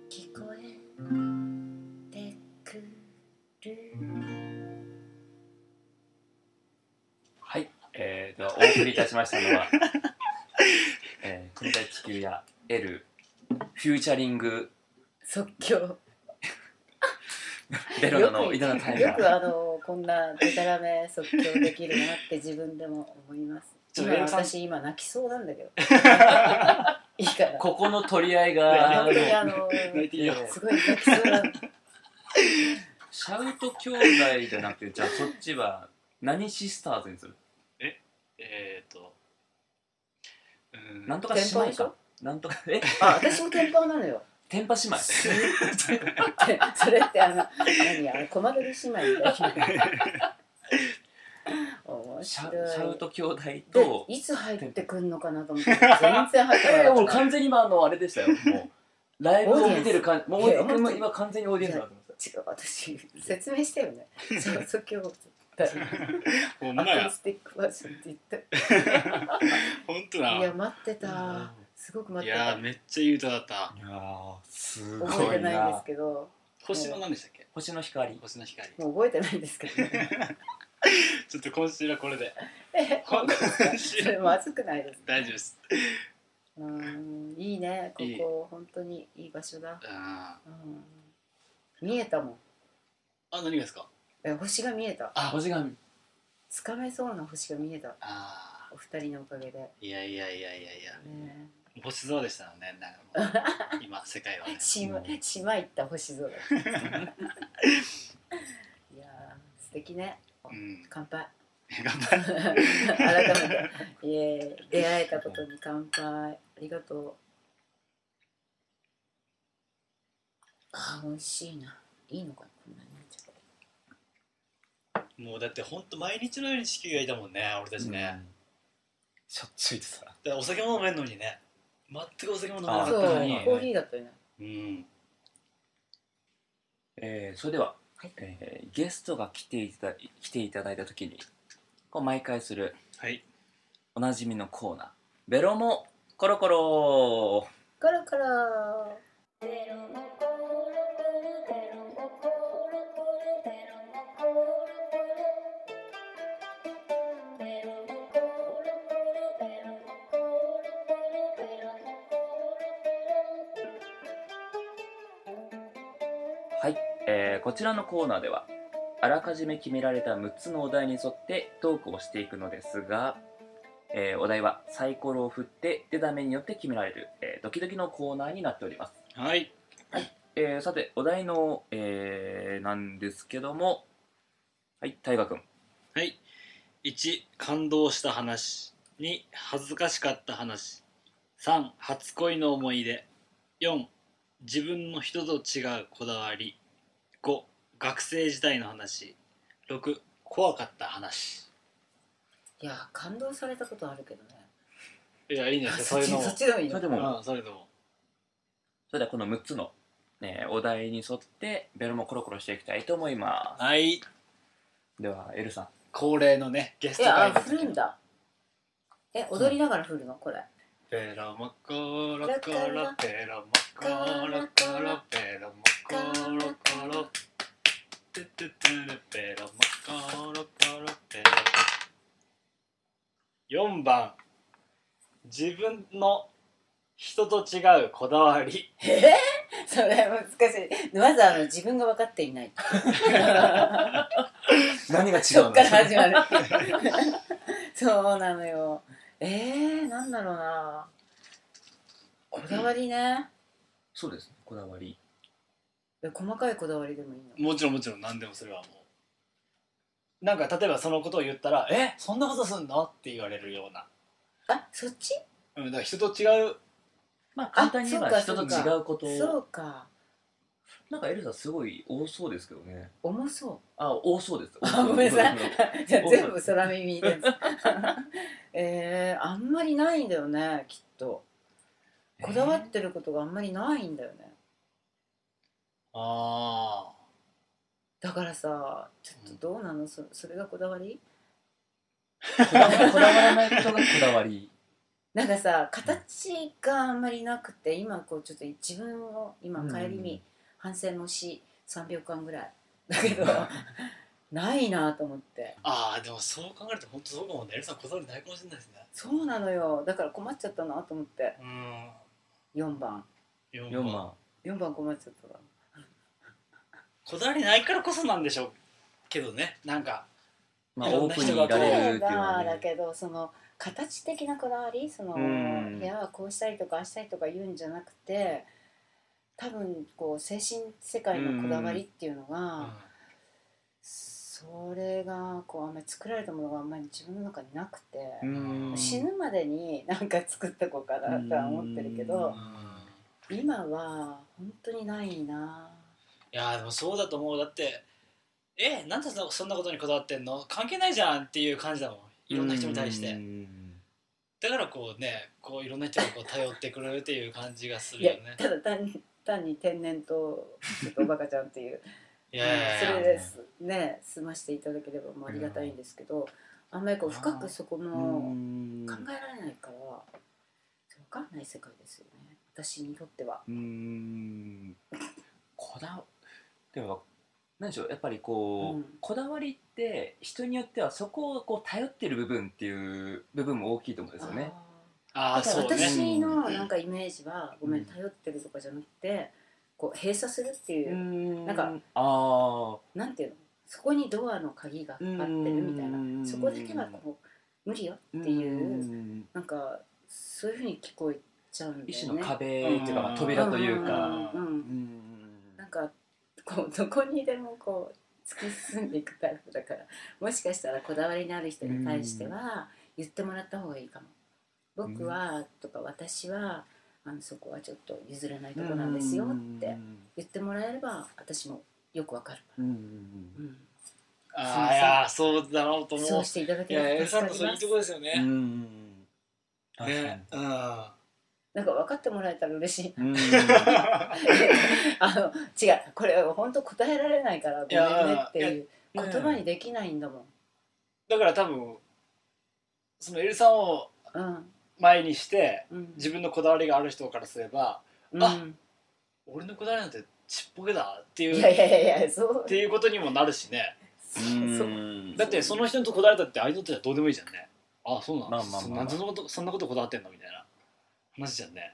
[SPEAKER 2] 聞こえてくる
[SPEAKER 1] はい、えー、ではお送りいたしましたの
[SPEAKER 2] <laughs>
[SPEAKER 1] は、えー、国際地球や L フューチャリング
[SPEAKER 2] 即興
[SPEAKER 1] ベロナの稲田大
[SPEAKER 2] よく
[SPEAKER 1] 河
[SPEAKER 2] あのこんなデタラメ即興できるなって <laughs> 自分でも思います。
[SPEAKER 1] ちょっ
[SPEAKER 2] 今
[SPEAKER 1] とエロさん
[SPEAKER 2] 私今泣きそうなんだ
[SPEAKER 1] <laughs>
[SPEAKER 2] けど。いいから。
[SPEAKER 1] ここの取り合いが
[SPEAKER 2] 本当にあの
[SPEAKER 4] 泣いていいよ
[SPEAKER 2] すごい泣きそうなんだ。
[SPEAKER 1] シャウト兄弟じゃなくてじゃあそっちは何シスターズにする
[SPEAKER 4] えーとうーん
[SPEAKER 1] なんとか姉
[SPEAKER 2] テンパ
[SPEAKER 1] 妹
[SPEAKER 2] でし
[SPEAKER 1] か
[SPEAKER 2] ょ
[SPEAKER 1] なんとかえ
[SPEAKER 2] あ私も天パなのよ。 <laughs>
[SPEAKER 1] テンパ姉妹
[SPEAKER 2] ってそれってあの何あの小窓で姉 <laughs> 妹みたいな。
[SPEAKER 1] シ
[SPEAKER 2] 面白
[SPEAKER 1] ャシャウ
[SPEAKER 2] い。
[SPEAKER 1] ト兄弟
[SPEAKER 2] で
[SPEAKER 1] と
[SPEAKER 2] いつ入ってくんのかなと思って全然入ってこ
[SPEAKER 1] え
[SPEAKER 2] なか
[SPEAKER 1] も
[SPEAKER 2] っ
[SPEAKER 1] う
[SPEAKER 2] た。
[SPEAKER 1] 完全に今あのあれでしたよもうライブを見てる感じも
[SPEAKER 2] オー
[SPEAKER 1] う
[SPEAKER 2] ディエンス
[SPEAKER 1] 俺も今完全にオーディエンスだと思って
[SPEAKER 2] 違う私説明したよ
[SPEAKER 1] <laughs>
[SPEAKER 2] ね。そう即興絶対。
[SPEAKER 4] ほん
[SPEAKER 2] ア
[SPEAKER 4] ま
[SPEAKER 2] コー
[SPEAKER 4] や
[SPEAKER 2] スティックバージョンって言っ
[SPEAKER 4] ほんと
[SPEAKER 2] た。いや
[SPEAKER 4] だ
[SPEAKER 2] 待ってた。すごく
[SPEAKER 4] い
[SPEAKER 2] 待って
[SPEAKER 4] や
[SPEAKER 2] た
[SPEAKER 4] ー。めっちゃいい歌だった
[SPEAKER 1] いやーす
[SPEAKER 2] 覚
[SPEAKER 1] ご
[SPEAKER 2] え
[SPEAKER 1] い
[SPEAKER 2] てないんで
[SPEAKER 1] な
[SPEAKER 2] すけど、
[SPEAKER 4] 星の何でしたっけ
[SPEAKER 1] 星の光
[SPEAKER 4] 星の光
[SPEAKER 2] もう覚えてないんですけど、
[SPEAKER 4] <laughs>
[SPEAKER 2] ね。
[SPEAKER 4] ちょっと今週はこれ <laughs> で
[SPEAKER 2] え
[SPEAKER 4] 今週
[SPEAKER 2] それまずくないです。
[SPEAKER 4] 大丈夫です
[SPEAKER 2] うーんいいね。こ
[SPEAKER 4] いい
[SPEAKER 2] こ本当にいい場所だ。
[SPEAKER 4] あ
[SPEAKER 2] うん見えたもん。
[SPEAKER 4] ーあ何がですか
[SPEAKER 2] え星が見えた。
[SPEAKER 4] あ
[SPEAKER 1] 星が
[SPEAKER 2] つかめそうな星が見えた。
[SPEAKER 4] あ
[SPEAKER 2] お二人のおかげで。
[SPEAKER 4] ーいやいやいやいやいや
[SPEAKER 2] ね
[SPEAKER 4] <laughs> 星空でしたよねなんかもう今世界はね
[SPEAKER 2] <laughs> 島島行った星
[SPEAKER 4] <laughs>
[SPEAKER 2] 空。いやー素敵ね。
[SPEAKER 4] うん
[SPEAKER 2] 乾杯。
[SPEAKER 4] 頑張る
[SPEAKER 2] 改めて、いえ、出会えたことに乾杯。ありがとう。あー、美味しいな。いいのかな、こんなになっちゃって。
[SPEAKER 4] もうだってほんと毎日のように地球がいたもんね俺たちね、
[SPEAKER 1] しょっちゅう言ってた
[SPEAKER 4] でお酒も飲めんのにね全くお酒も飲めな
[SPEAKER 1] あ
[SPEAKER 4] か
[SPEAKER 1] ー
[SPEAKER 4] っ
[SPEAKER 2] そう
[SPEAKER 4] たの
[SPEAKER 1] 確か
[SPEAKER 4] に
[SPEAKER 1] に
[SPEAKER 2] コーヒーだったよね。
[SPEAKER 4] うん
[SPEAKER 1] えーそれでは、
[SPEAKER 2] はい
[SPEAKER 1] えーゲストが来ていただ来ていただいた時にこう毎回する
[SPEAKER 4] はい
[SPEAKER 1] おなじみのコーナー「ベロモコロコロ
[SPEAKER 2] コロコロ。
[SPEAKER 1] はい、えーこちらのコーナーではあらかじめ決められた6つのお題に沿ってトークをしていくのですが、えーお題はサイコロを振って出た目によって決められる、えードキドキのコーナーになっております
[SPEAKER 4] はい
[SPEAKER 1] えーさてお題の、えーなんですけどもはい大河君
[SPEAKER 4] はい1感動した話2恥ずかしかった話3初恋の思い出4自分の人と違うこだわり5学生時代の話6怖かった話
[SPEAKER 2] いやー、感動されたことあるけどね。
[SPEAKER 4] いやいいんじゃないです
[SPEAKER 2] そ
[SPEAKER 4] か
[SPEAKER 2] っ
[SPEAKER 4] そ
[SPEAKER 2] ち、
[SPEAKER 4] ういうのも
[SPEAKER 2] そっちでもいい
[SPEAKER 1] それ
[SPEAKER 2] の。
[SPEAKER 1] でも、
[SPEAKER 4] うんそれでも
[SPEAKER 1] それではこの6つの、えーお題に沿ってベロもコロコロしていきたいと思いま
[SPEAKER 4] はい
[SPEAKER 1] すではエルさん
[SPEAKER 4] 恒例のねゲス
[SPEAKER 2] い
[SPEAKER 4] ト
[SPEAKER 2] や、
[SPEAKER 4] 会
[SPEAKER 2] あ、振るんだ。え、踊りながら振るの、これ。
[SPEAKER 4] ペロモコロコロペロモコロコロペロモコロコロテテテレペロモコロコロペロ4番自分の人と違うこだわり
[SPEAKER 2] え <laughs> ー、それ難しい。まず、あの、自分が分かっていない。
[SPEAKER 1] 何 <laughs> が違
[SPEAKER 2] そっから始まる <laughs> そうなのよえー、なんだろうなこだわりね
[SPEAKER 1] そうですねこだわり
[SPEAKER 2] え細かいこだわりでもいいの
[SPEAKER 4] もちろんもちろん何でもそれはもうなんか例えばそのことを言ったら「えそんなことすんの?」って言われるような、
[SPEAKER 2] あそっち
[SPEAKER 4] うん、だから人と違う
[SPEAKER 1] まあ簡単に言えば
[SPEAKER 2] あ
[SPEAKER 1] 人
[SPEAKER 2] そう
[SPEAKER 1] と
[SPEAKER 2] か
[SPEAKER 1] 違うこと
[SPEAKER 2] そうか
[SPEAKER 1] なんかエルさんすごい多そうですけどね
[SPEAKER 2] 重そ
[SPEAKER 1] あ多そうです
[SPEAKER 2] うごめんなさい <laughs> じゃあ
[SPEAKER 1] 重
[SPEAKER 2] 全部空耳です <laughs> えー、あんまりないんだよねきっとこだわってることがあんまりないんだよね
[SPEAKER 4] あ
[SPEAKER 2] だからさちょっとどうなのそそれがこだわり
[SPEAKER 1] こだわこだわらないことがこだわり
[SPEAKER 2] なんかさ形があんまりなくて今こうちょっと自分を今帰りに反省もし3秒間ぐらい
[SPEAKER 1] <laughs>
[SPEAKER 2] だけどないなと思って
[SPEAKER 4] ーあーでもそう考えると本当そうかもねエルさんこだわりないかもしれないですね
[SPEAKER 2] そうなのよだから困っちゃったなと思って
[SPEAKER 4] うん
[SPEAKER 2] 4番
[SPEAKER 4] 4
[SPEAKER 1] 4番
[SPEAKER 2] 4番困っちゃったな
[SPEAKER 4] こだわりないからこそなんでしょうけどねなんか
[SPEAKER 1] まあ
[SPEAKER 4] いろん
[SPEAKER 1] オー
[SPEAKER 4] な
[SPEAKER 1] プンに
[SPEAKER 4] 人
[SPEAKER 1] い
[SPEAKER 4] が
[SPEAKER 1] られるっていうのは
[SPEAKER 2] だだ
[SPEAKER 1] ね
[SPEAKER 2] けどその形的なこだわりその
[SPEAKER 1] うん
[SPEAKER 2] 部屋はこうしたいとかああしたいとか言うんじゃなくて多分こう精神世界のこだわりっていうのが、それがこうあんまり作られたものがあんまり自分の中になくて、
[SPEAKER 1] うん
[SPEAKER 2] 死ぬまでに何か作ってこうかなとは思ってるけ
[SPEAKER 4] う
[SPEAKER 2] ど
[SPEAKER 4] ん、
[SPEAKER 2] 今は本当にないない
[SPEAKER 4] やーでもそうだと思うだってえなんでそそんなことにこだわってんの関係ないじゃんっていう感じだもんいろんな人に対し
[SPEAKER 1] う
[SPEAKER 4] て
[SPEAKER 1] ん
[SPEAKER 4] だからこうねこういろんな人がこう頼ってくれるっていう感じがす
[SPEAKER 2] い
[SPEAKER 4] る
[SPEAKER 2] や
[SPEAKER 4] よね
[SPEAKER 2] ただ単に単に天然とちょっとおバカちゃんっていう
[SPEAKER 4] いやいやい
[SPEAKER 2] そ
[SPEAKER 4] や
[SPEAKER 2] れですね済ましていただければもうありがたいんですけど、あんまりこう深くそこも考えられないから、わかんない世界ですよね私にとっては。
[SPEAKER 1] うーんこだわでも何でしょうやっぱりこう、
[SPEAKER 2] うん
[SPEAKER 1] こだわりって人によってはそこをこう頼ってる部分っていう部分も大きいと思うんですよね。
[SPEAKER 2] あー
[SPEAKER 4] ああ
[SPEAKER 2] だから
[SPEAKER 4] そうね
[SPEAKER 2] 私のなんかイメージは、
[SPEAKER 1] うん
[SPEAKER 2] ごめん頼ってるとかじゃなくてこう閉鎖するっていうう、
[SPEAKER 1] ん
[SPEAKER 2] なんか
[SPEAKER 1] ああ
[SPEAKER 2] なんていうのそこにドアの鍵がかかってるみたい
[SPEAKER 1] うん
[SPEAKER 2] なそこだけはこう無理よっていう、
[SPEAKER 1] ん
[SPEAKER 2] なんかそういうふうに聞こえちゃうんだよね
[SPEAKER 1] 一種の壁っていうか、まあ、扉というか。
[SPEAKER 2] うんうんう
[SPEAKER 1] うん
[SPEAKER 2] なんかこうど <laughs> こにでもこう突き進んでいくタイプだからもしかしたらこだわりのある人に対しては言ってもらった方がいいかも。僕はとか私はあのそこはちょっと譲れないとこなんですよって言ってもらえれば私もよくわかるか
[SPEAKER 1] う
[SPEAKER 2] ら、
[SPEAKER 1] ん
[SPEAKER 2] うん
[SPEAKER 4] ああいやーそうだろうと思
[SPEAKER 2] そううしていただ
[SPEAKER 4] い
[SPEAKER 2] け
[SPEAKER 4] やエ
[SPEAKER 2] れば
[SPEAKER 4] ルさん
[SPEAKER 2] 助かり
[SPEAKER 4] のそうい
[SPEAKER 2] ま
[SPEAKER 4] い
[SPEAKER 2] す
[SPEAKER 4] とこですよ
[SPEAKER 1] う
[SPEAKER 4] ね
[SPEAKER 1] ん確か
[SPEAKER 4] ねうんあ
[SPEAKER 2] なんか分かってもらえたら嬉しい <laughs>
[SPEAKER 1] にうん
[SPEAKER 2] あの違うこれ本当答えられないからごめんねっていう
[SPEAKER 1] や
[SPEAKER 2] 言
[SPEAKER 1] いや
[SPEAKER 2] 葉にできないんだもん、
[SPEAKER 4] だから多分そのエルさんを
[SPEAKER 2] うん
[SPEAKER 4] 前にして
[SPEAKER 2] うん、
[SPEAKER 4] 自分のこだわりがある人からすれば
[SPEAKER 2] うん
[SPEAKER 4] あ俺のこだわりなんてちっぽけだっていう
[SPEAKER 2] いやいやいやいやそう
[SPEAKER 4] っていうことにもなるしね
[SPEAKER 2] そう
[SPEAKER 1] うん
[SPEAKER 4] だってその人のこだわりだって相手にとってはどうでもいいじゃんねあそうなの、
[SPEAKER 1] まあまあまあ
[SPEAKER 4] そんなそんなことそんなことこだわってんのみたいな話じゃんね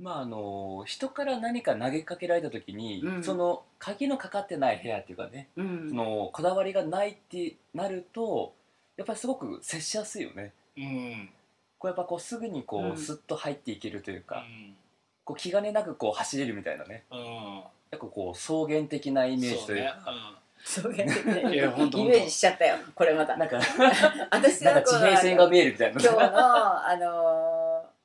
[SPEAKER 1] まああの人から何か投げかけられた時に、
[SPEAKER 2] うん
[SPEAKER 1] その鍵のかかってない部屋っていうかね、
[SPEAKER 2] う
[SPEAKER 1] そ
[SPEAKER 2] ん
[SPEAKER 1] のこだわりがないってなるとやっぱりすごく接しやすいよね
[SPEAKER 4] うん
[SPEAKER 1] こうやっぱこうすぐにこう、
[SPEAKER 2] うん
[SPEAKER 1] スッと入っていけるという
[SPEAKER 4] う
[SPEAKER 1] か、
[SPEAKER 4] ん
[SPEAKER 1] こう気兼ねなくこう走れるみたいなね
[SPEAKER 4] うん
[SPEAKER 1] 結構こう草原的なイメージ
[SPEAKER 4] そ
[SPEAKER 1] と
[SPEAKER 4] う
[SPEAKER 1] いう
[SPEAKER 4] ね
[SPEAKER 1] か
[SPEAKER 2] そうやってね
[SPEAKER 4] いやほんとほ
[SPEAKER 2] イ
[SPEAKER 4] ん
[SPEAKER 2] メ
[SPEAKER 4] と
[SPEAKER 2] ージしちゃったよこれまた
[SPEAKER 1] なんか
[SPEAKER 2] 私
[SPEAKER 1] なん
[SPEAKER 2] の
[SPEAKER 1] か
[SPEAKER 2] こ
[SPEAKER 1] 地
[SPEAKER 2] の
[SPEAKER 1] 平線が見えるみたいな
[SPEAKER 2] 今日の、あのー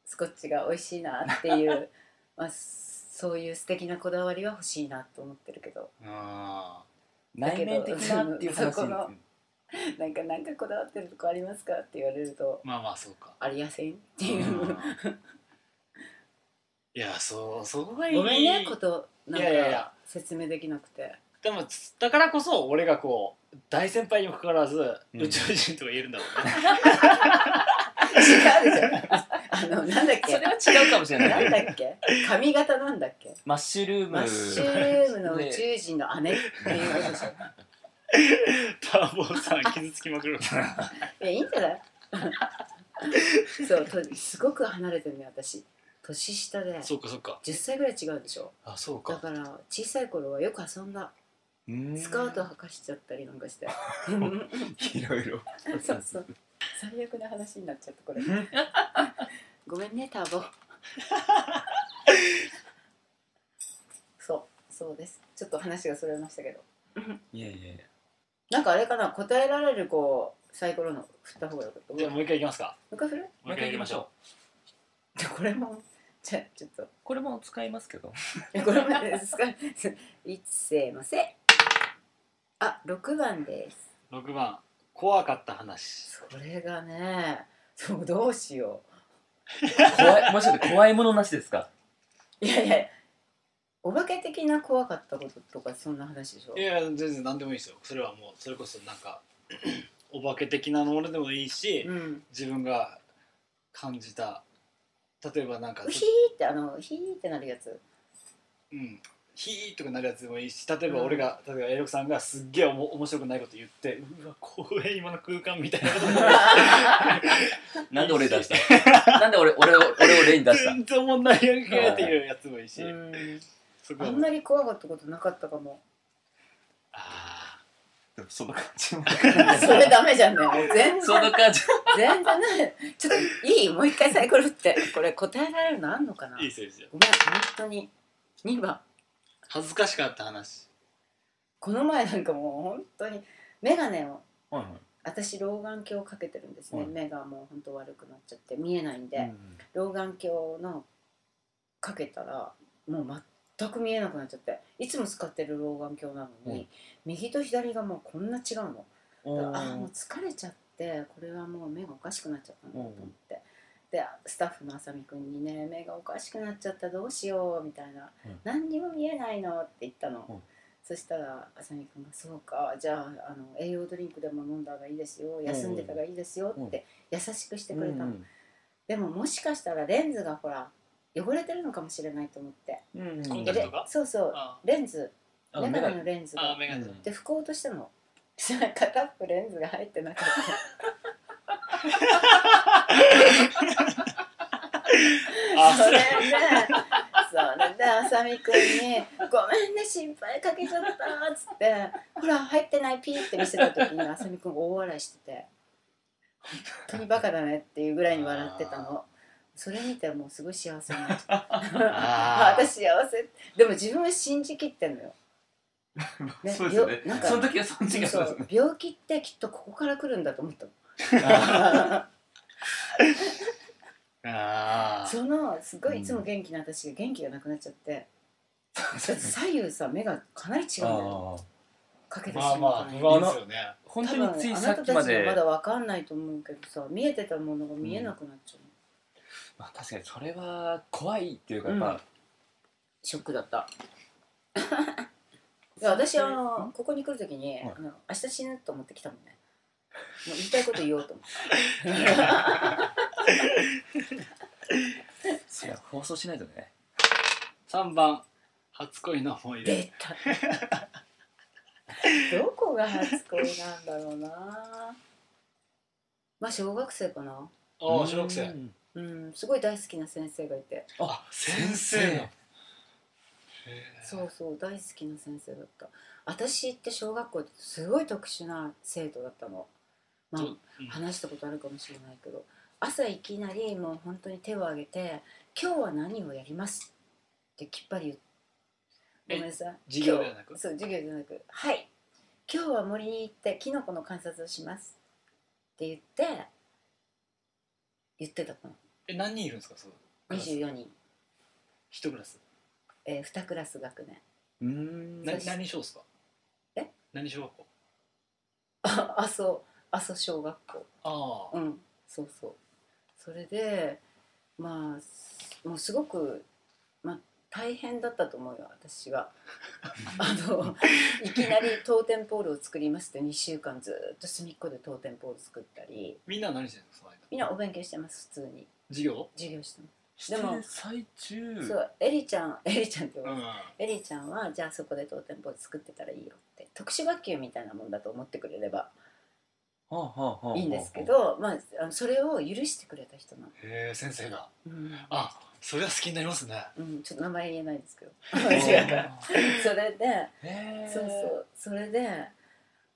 [SPEAKER 2] スコッチが美味しいなっていう、まあ、そういう素敵なこだわりは欲しいなと思ってるけど
[SPEAKER 4] うんうん
[SPEAKER 1] 内面的なっていう
[SPEAKER 2] だけど
[SPEAKER 1] 話
[SPEAKER 2] そこのなんかなんかこだわってるとこありますかって言われると
[SPEAKER 4] まあまあそうか
[SPEAKER 2] ありやせんって
[SPEAKER 4] う
[SPEAKER 2] い
[SPEAKER 4] ん
[SPEAKER 2] う
[SPEAKER 4] いやそうそこがいい
[SPEAKER 2] ごめんねことなん
[SPEAKER 4] いやいやいや
[SPEAKER 2] か説明できなくて <laughs>
[SPEAKER 4] でもだからこそ俺がこう大先輩にもかかわらず、
[SPEAKER 1] うん
[SPEAKER 4] 宇宙人とか言えるんだろうね
[SPEAKER 2] 違うでしょあのなんだっ
[SPEAKER 1] そ
[SPEAKER 2] け
[SPEAKER 1] れは違うかもしれな
[SPEAKER 2] なん
[SPEAKER 1] い
[SPEAKER 2] だっけ髪型なんだっけ
[SPEAKER 1] <laughs> マッシュルーム
[SPEAKER 2] マッシュルームの宇宙人の姉っていうことでしょ
[SPEAKER 4] <laughs> ターボさん傷つきまくるから
[SPEAKER 2] いやいいんじゃない <laughs> そうとすごく離れてるね私年下で
[SPEAKER 4] <laughs> そうかそうか
[SPEAKER 2] 10歳ぐらい違うでしょ
[SPEAKER 4] あそう
[SPEAKER 2] だ
[SPEAKER 4] か
[SPEAKER 2] から小さい頃はよく遊んだ
[SPEAKER 1] うん
[SPEAKER 2] スカート履かしちゃったりなんかして
[SPEAKER 4] <laughs>
[SPEAKER 1] いろいろ
[SPEAKER 2] そうそう最悪な話になっちゃったこれ <laughs> ごめんねタ
[SPEAKER 4] <laughs>
[SPEAKER 2] ーボそうそうですちょっと話がそれましたけど
[SPEAKER 1] いやいやいや
[SPEAKER 2] なんかあれかな答えられるこうサイコロの振った方がよかった
[SPEAKER 4] じゃあもう一回いきますか
[SPEAKER 2] もう一回振る
[SPEAKER 1] もう一回行きましょ
[SPEAKER 2] でこれもじゃあちょっと <laughs>
[SPEAKER 1] これも使いますけど。
[SPEAKER 2] これまでですか <laughs> いっせーませあ6番です
[SPEAKER 4] 6番怖かった話
[SPEAKER 2] それがねそうどうしよ
[SPEAKER 1] 怖い、もしかして怖いものなしですか
[SPEAKER 2] ういやいやお化け的な怖かったこととかそんな話でしょ
[SPEAKER 4] いやいや全然何でもいいですよそれはもうそれこそなんか <clears throat> お化け的なものでもいいし、
[SPEAKER 2] うん
[SPEAKER 4] 自分が感じた例えばなんか
[SPEAKER 2] うひーってあのひーってなるやつ
[SPEAKER 4] うんヒーとかなるやつでもいいし例えば俺が、例えばエイロクさんがすっげえおも面白くないこと言ってうわ怖い今の空間みたいな <laughs> こと
[SPEAKER 1] <laughs> なんで俺出 <laughs> したなんで俺、俺を、俺を例に出した
[SPEAKER 4] 全然おもんないやんけっていうやつもいいし、
[SPEAKER 2] うん
[SPEAKER 4] そこ
[SPEAKER 2] あ
[SPEAKER 4] は
[SPEAKER 2] んまり怖かったことなかったかも
[SPEAKER 4] あ
[SPEAKER 1] でもその感じも。
[SPEAKER 2] それダメじゃんねもう全
[SPEAKER 1] その
[SPEAKER 2] 然
[SPEAKER 1] 感じ
[SPEAKER 2] 全然ないちょっといいもう一回サイコロ振ってこれ答えられるのあんのかな
[SPEAKER 4] ーいいですよいいですよ
[SPEAKER 2] ごめん本当に2番
[SPEAKER 4] 恥ずかしかった話
[SPEAKER 2] この前なんかもう本当に眼鏡を
[SPEAKER 1] も。はいはい
[SPEAKER 2] 私老眼鏡をかけてるんですね、
[SPEAKER 1] はい
[SPEAKER 2] 目がもう本当悪くなっちゃって見えないんで、
[SPEAKER 1] うん
[SPEAKER 2] 老眼鏡のかけたらもう全く見えなくなっちゃっていつも使ってる老眼鏡なのに、
[SPEAKER 1] うん
[SPEAKER 2] 右と左がもうこんな違うの
[SPEAKER 1] お
[SPEAKER 2] だからあーもう
[SPEAKER 1] ー
[SPEAKER 2] 疲れちゃってこれはもう目がおかしくなっちゃったなと思って、でスタッフのあさみくんにね目がおかしくなっちゃったどうしようみたいな、
[SPEAKER 1] うん
[SPEAKER 2] 何にも見えないのって言ったの、
[SPEAKER 1] うん
[SPEAKER 2] そしたらあさみくんが「そうかじゃああの栄養ドリンクでも飲んだ方がいいですよ休んでた方がいいですよ」って優しくしてくれたの、でももしかしたらレンズがほら汚れてるのかもしれないと思って、
[SPEAKER 1] うんうん
[SPEAKER 4] コンタ
[SPEAKER 2] で
[SPEAKER 4] クトが
[SPEAKER 2] そうそう
[SPEAKER 4] あ
[SPEAKER 2] レンズ
[SPEAKER 1] あ
[SPEAKER 2] 眼
[SPEAKER 1] 目が
[SPEAKER 2] 鏡のレンズ
[SPEAKER 4] あ
[SPEAKER 2] が
[SPEAKER 4] メガネ、
[SPEAKER 1] うん
[SPEAKER 2] で拭こうとしたの <laughs> じゃあ片っぽレンズが入ってなかった
[SPEAKER 4] あ
[SPEAKER 2] そ
[SPEAKER 4] そ
[SPEAKER 2] れ
[SPEAKER 4] れ
[SPEAKER 2] でそれであさみくんに「ごめんね心配かけちゃった」っつって「ほら入ってないピー」って見せた時にあさみくんが大笑いしてて本当にバカだねっていうぐらいに笑ってたのそれ見てもうすごい幸せになっちゃったあ
[SPEAKER 4] <laughs> あー
[SPEAKER 2] 私幸せでも自分は信じきってんのよ、ね
[SPEAKER 1] そうですよね
[SPEAKER 2] よなん。か
[SPEAKER 1] その時はその時は
[SPEAKER 2] そ
[SPEAKER 1] そう
[SPEAKER 2] う
[SPEAKER 1] で
[SPEAKER 2] そ
[SPEAKER 1] す
[SPEAKER 2] う病気ってきっとここから来るんだと思ったの
[SPEAKER 4] あー
[SPEAKER 2] そのすごいいつも元気な私が元気がなくなっちゃって、だって左右さ目がかなり違うんだよ
[SPEAKER 1] あー
[SPEAKER 2] かけてし
[SPEAKER 4] まあまあ
[SPEAKER 2] まう
[SPEAKER 4] 不安ですよね
[SPEAKER 1] 本当についさっき
[SPEAKER 2] あなた
[SPEAKER 1] ま
[SPEAKER 2] たちは
[SPEAKER 1] で
[SPEAKER 2] まだわかんないと思うけどさ見えてたものが見えなくなっちゃう、
[SPEAKER 1] まあ確かにそれは怖いっていうかやっぱ、
[SPEAKER 2] ショックだった <laughs> いや私あのここに来る時に、
[SPEAKER 1] はい
[SPEAKER 2] あの明日死ぬと思ってきたもんねもう言いたいこと言おうと思って
[SPEAKER 1] それは放送しないとね
[SPEAKER 4] 3番初恋の思
[SPEAKER 1] <laughs>
[SPEAKER 4] い出
[SPEAKER 2] 出たどこが初恋なんだろうなまあ小学生かな
[SPEAKER 4] ああ小学生
[SPEAKER 1] うん
[SPEAKER 2] うんすごい大好きな先生がいて
[SPEAKER 1] あ
[SPEAKER 4] 先生の
[SPEAKER 2] そうそう大好きな先生だった私って小学校ってすごい特殊な生徒だったのまあ
[SPEAKER 4] どうん
[SPEAKER 2] 話したことあるかもしれないけど朝いきなりもう本当に手を挙げて「今日は何をやります」ってきっぱり言ってご
[SPEAKER 4] え
[SPEAKER 2] めんなさい
[SPEAKER 4] 授業ではなく
[SPEAKER 2] 今日そう授業じゃなく「はい今日は森に行ってキノコの観察をします」って言って言ってたかな
[SPEAKER 4] え何人いるんですかそう
[SPEAKER 2] 24人、
[SPEAKER 4] 一クラス
[SPEAKER 2] えー、2クラス学年
[SPEAKER 1] うーん
[SPEAKER 4] な
[SPEAKER 2] そうです
[SPEAKER 4] 何小ですか
[SPEAKER 2] え
[SPEAKER 4] 何小学校
[SPEAKER 2] あ阿蘇阿蘇小学校
[SPEAKER 4] ああ
[SPEAKER 2] うんそうそうそれでまあすもうすごく、まあ、大変だったと思うよ私 <laughs> はあのいきなり当店ポールを作りますって2週間ずっと隅っこで当店ポール作ったり
[SPEAKER 4] みんなは何してるんですかその間
[SPEAKER 2] みんなお勉強してます普通に
[SPEAKER 4] 授業
[SPEAKER 2] 授業してま
[SPEAKER 1] して
[SPEAKER 2] でも
[SPEAKER 1] 最中
[SPEAKER 2] す、そうエリちゃんエリちゃんって呼ば
[SPEAKER 4] う
[SPEAKER 2] れて
[SPEAKER 4] ん
[SPEAKER 2] エリちゃんはじゃあそこで当店ポール作ってたらいいよって特殊学級みたいなもんだと思ってくれれば
[SPEAKER 1] はあはあはあ
[SPEAKER 2] いいんですけど、まあ、あのそれを許してくれた人なの、
[SPEAKER 4] へえ先生が
[SPEAKER 2] うん
[SPEAKER 4] あそれは好きになりますね
[SPEAKER 2] うん、ちょっと名前言えないんですけど
[SPEAKER 1] あー
[SPEAKER 2] 違うから <laughs> それで
[SPEAKER 1] へー
[SPEAKER 2] そうそうそれで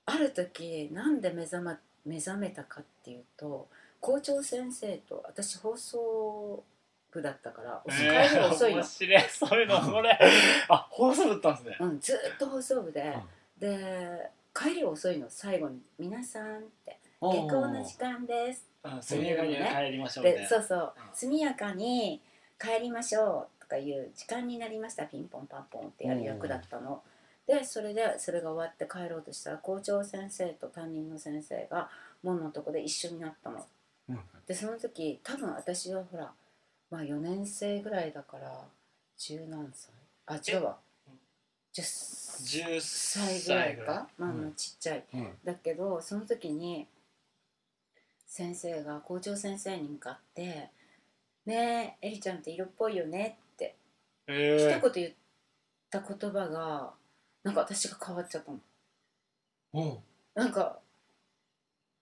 [SPEAKER 2] ある時なんで目覚,、ま、目覚めたかっていうと校長先生と私放送部だったから遅い
[SPEAKER 4] え
[SPEAKER 2] 遅いの
[SPEAKER 4] <laughs> 面、白いそういうのこれ <laughs> あ放送だったんです
[SPEAKER 2] う
[SPEAKER 4] ね
[SPEAKER 2] ん、ずーっと放送部で、で帰り遅いの最後に「皆さん」って「
[SPEAKER 1] おー
[SPEAKER 2] 下校の時間です」
[SPEAKER 4] うん速やかに帰りましょうみたい
[SPEAKER 2] で
[SPEAKER 4] な
[SPEAKER 2] そうそう
[SPEAKER 4] うん
[SPEAKER 2] 速やかに帰りましょう」とかいう「時間になりましたピンポンパンポン」ってやる役だったの。でそれでそれが終わって帰ろうとしたら校長先生と担任の先生が門のとこで一緒になったの。
[SPEAKER 1] うん
[SPEAKER 2] でその時多分私はほらまあ4年生ぐらいだから十何歳あ違うわ10歳
[SPEAKER 4] 10歳
[SPEAKER 2] ぐ
[SPEAKER 4] ぐ
[SPEAKER 2] ら
[SPEAKER 4] ら
[SPEAKER 2] い
[SPEAKER 4] い
[SPEAKER 2] かまあまあ
[SPEAKER 1] うん
[SPEAKER 2] ちっちゃい
[SPEAKER 1] うん
[SPEAKER 2] だけどその時に先生が校長先生に向かって「ねえエリちゃんって色っぽいよね」って一
[SPEAKER 4] え
[SPEAKER 2] 言言った言葉がなんか私が変わっちゃったの。
[SPEAKER 4] ー、
[SPEAKER 2] なんか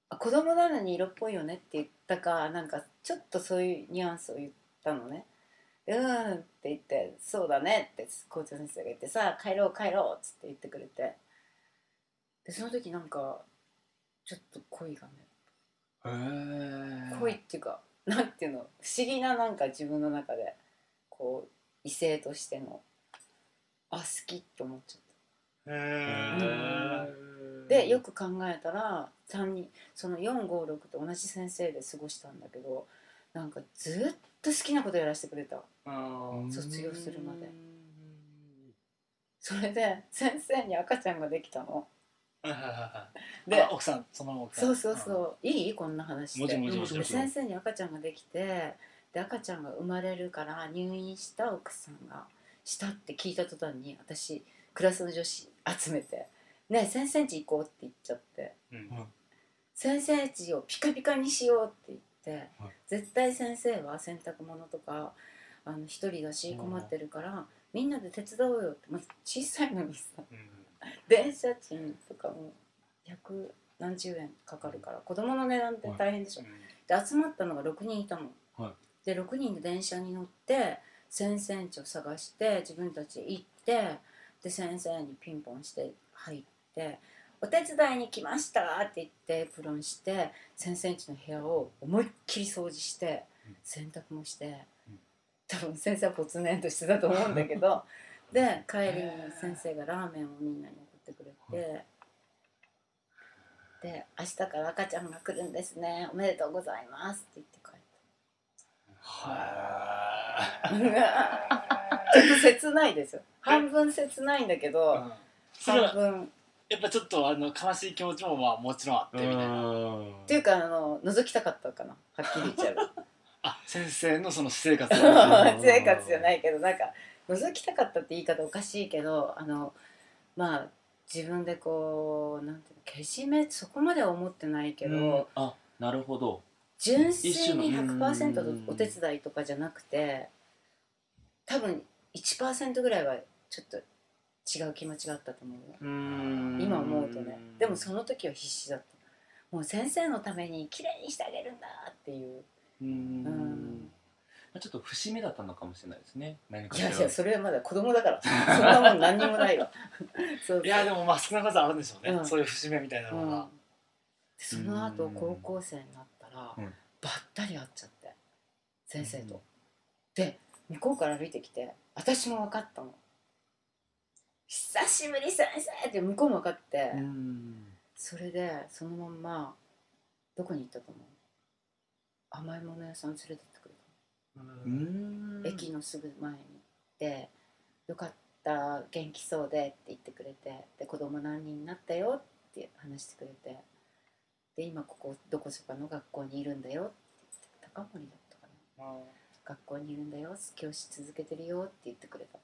[SPEAKER 2] あ子供なのに色っぽいよねって言ったかなんかちょっとそういうニュアンスを言ったのねでうーんって言って「そうだね」って校長先生が言って「さあ帰ろう帰ろう」っつって言ってくれてでその時なんかちょっと恋がね
[SPEAKER 4] えー、
[SPEAKER 2] 恋っていうかなんていうの不思議ななんか自分の中でこう異性としてのあ好きって思っちゃった。
[SPEAKER 4] えー
[SPEAKER 2] でよく考えたら3人その456と同じ先生で過ごしたんだけどなんかずっと好きなことやらせてくれた
[SPEAKER 4] <laughs> うん
[SPEAKER 2] 卒業するまでそれで先生に赤ちゃんができたの
[SPEAKER 4] はいはいはいはい
[SPEAKER 2] で
[SPEAKER 4] あ奥さんその奥さん
[SPEAKER 2] そうそうそういいこんな話
[SPEAKER 4] も
[SPEAKER 2] で
[SPEAKER 4] ちもちもち
[SPEAKER 2] で先生に赤ちゃんができてで赤ちゃんが生まれるから入院した奥さんがしたって聞いた途端に私クラスの女子集めて「ねえ先生ん家行こう」って言っちゃって
[SPEAKER 4] うんうん
[SPEAKER 2] 先生たちをピカピカにしようって言って、
[SPEAKER 1] はい
[SPEAKER 2] 絶対先生は洗濯物とかあの一人だし困ってるから、みんなで手伝おうよって、まあ、小さいのにさ <laughs> 電車賃とかも百何十円かかるから子供の値段って大変でしょ、で集まったのが6人いたの、
[SPEAKER 1] はい
[SPEAKER 2] で6人で電車に乗って先々地を探して自分たち行ってで先生にピンポンして入って「お手伝いに来ました!」って言ってエプロンして先生んちの部屋を思いっきり掃除して
[SPEAKER 4] うん
[SPEAKER 2] 洗濯もして
[SPEAKER 4] うん
[SPEAKER 2] 多分先生はぽつねんとしてたと思うんだけどで帰りに先生がラーメンをみんなに送ってくれて。で明日から赤ちゃんが来るんですねおめでとうございますって言って帰った
[SPEAKER 4] は
[SPEAKER 2] <laughs> ちょっと切ないですよ半分切ないんだけ
[SPEAKER 4] い
[SPEAKER 2] ど
[SPEAKER 4] それ
[SPEAKER 2] 半
[SPEAKER 4] は
[SPEAKER 2] 分っ
[SPEAKER 4] やっぱちょっとあの悲しい気持ちもまあもちろんあってみたいな
[SPEAKER 2] ていうかあの覗きたかったかなはっきり言っちゃ
[SPEAKER 1] <laughs>
[SPEAKER 2] えば
[SPEAKER 4] あ先生のその私
[SPEAKER 2] <laughs>
[SPEAKER 4] 生活
[SPEAKER 1] ん
[SPEAKER 2] 生活じゃないけどなんか覗きたかったって言い方おかしいけどあのまあ自分でこうなんていうのけじめそこまでは思ってないけど、
[SPEAKER 1] うんあなるほど
[SPEAKER 2] 純粋に
[SPEAKER 1] 一種のうん
[SPEAKER 2] 100%お手伝いとかじゃなくて多分1%ぐらいはちょっと違う気持ちがあったと思うよ今思うとねでもその時は必死だったもう先生のために綺麗にしてあげるんだっていう
[SPEAKER 1] うん
[SPEAKER 2] うん
[SPEAKER 1] まあちょっと節目だったのかもしれないですね何か
[SPEAKER 2] い
[SPEAKER 1] しら
[SPEAKER 2] やいやそれはまだ子供だからそんなもん何にもないわ <laughs> そうそう
[SPEAKER 4] いやでもまあ少なからずあるんでしょうね、
[SPEAKER 2] うん
[SPEAKER 4] そういう節目みたいな
[SPEAKER 2] う
[SPEAKER 4] の
[SPEAKER 2] ん
[SPEAKER 4] が、
[SPEAKER 2] でその後高校生になったら、
[SPEAKER 1] うん
[SPEAKER 2] ばったり会っちゃって先生と、で向こうから歩いてきて私も分かったの「久しぶり先生!」って向こうも分かって、
[SPEAKER 1] うん
[SPEAKER 2] それでそのまんまどこに行ったと思う甘いもの屋さん連れてってくれ
[SPEAKER 1] うん
[SPEAKER 2] た、駅のすぐ前に行って「よかった元気そうで」って言ってくれてで子供何人になったよって話してくれてで今ここどこそかの学校にいるんだよって言って高森だったかな学校にいるんだよ教師続けてるよって言ってくれた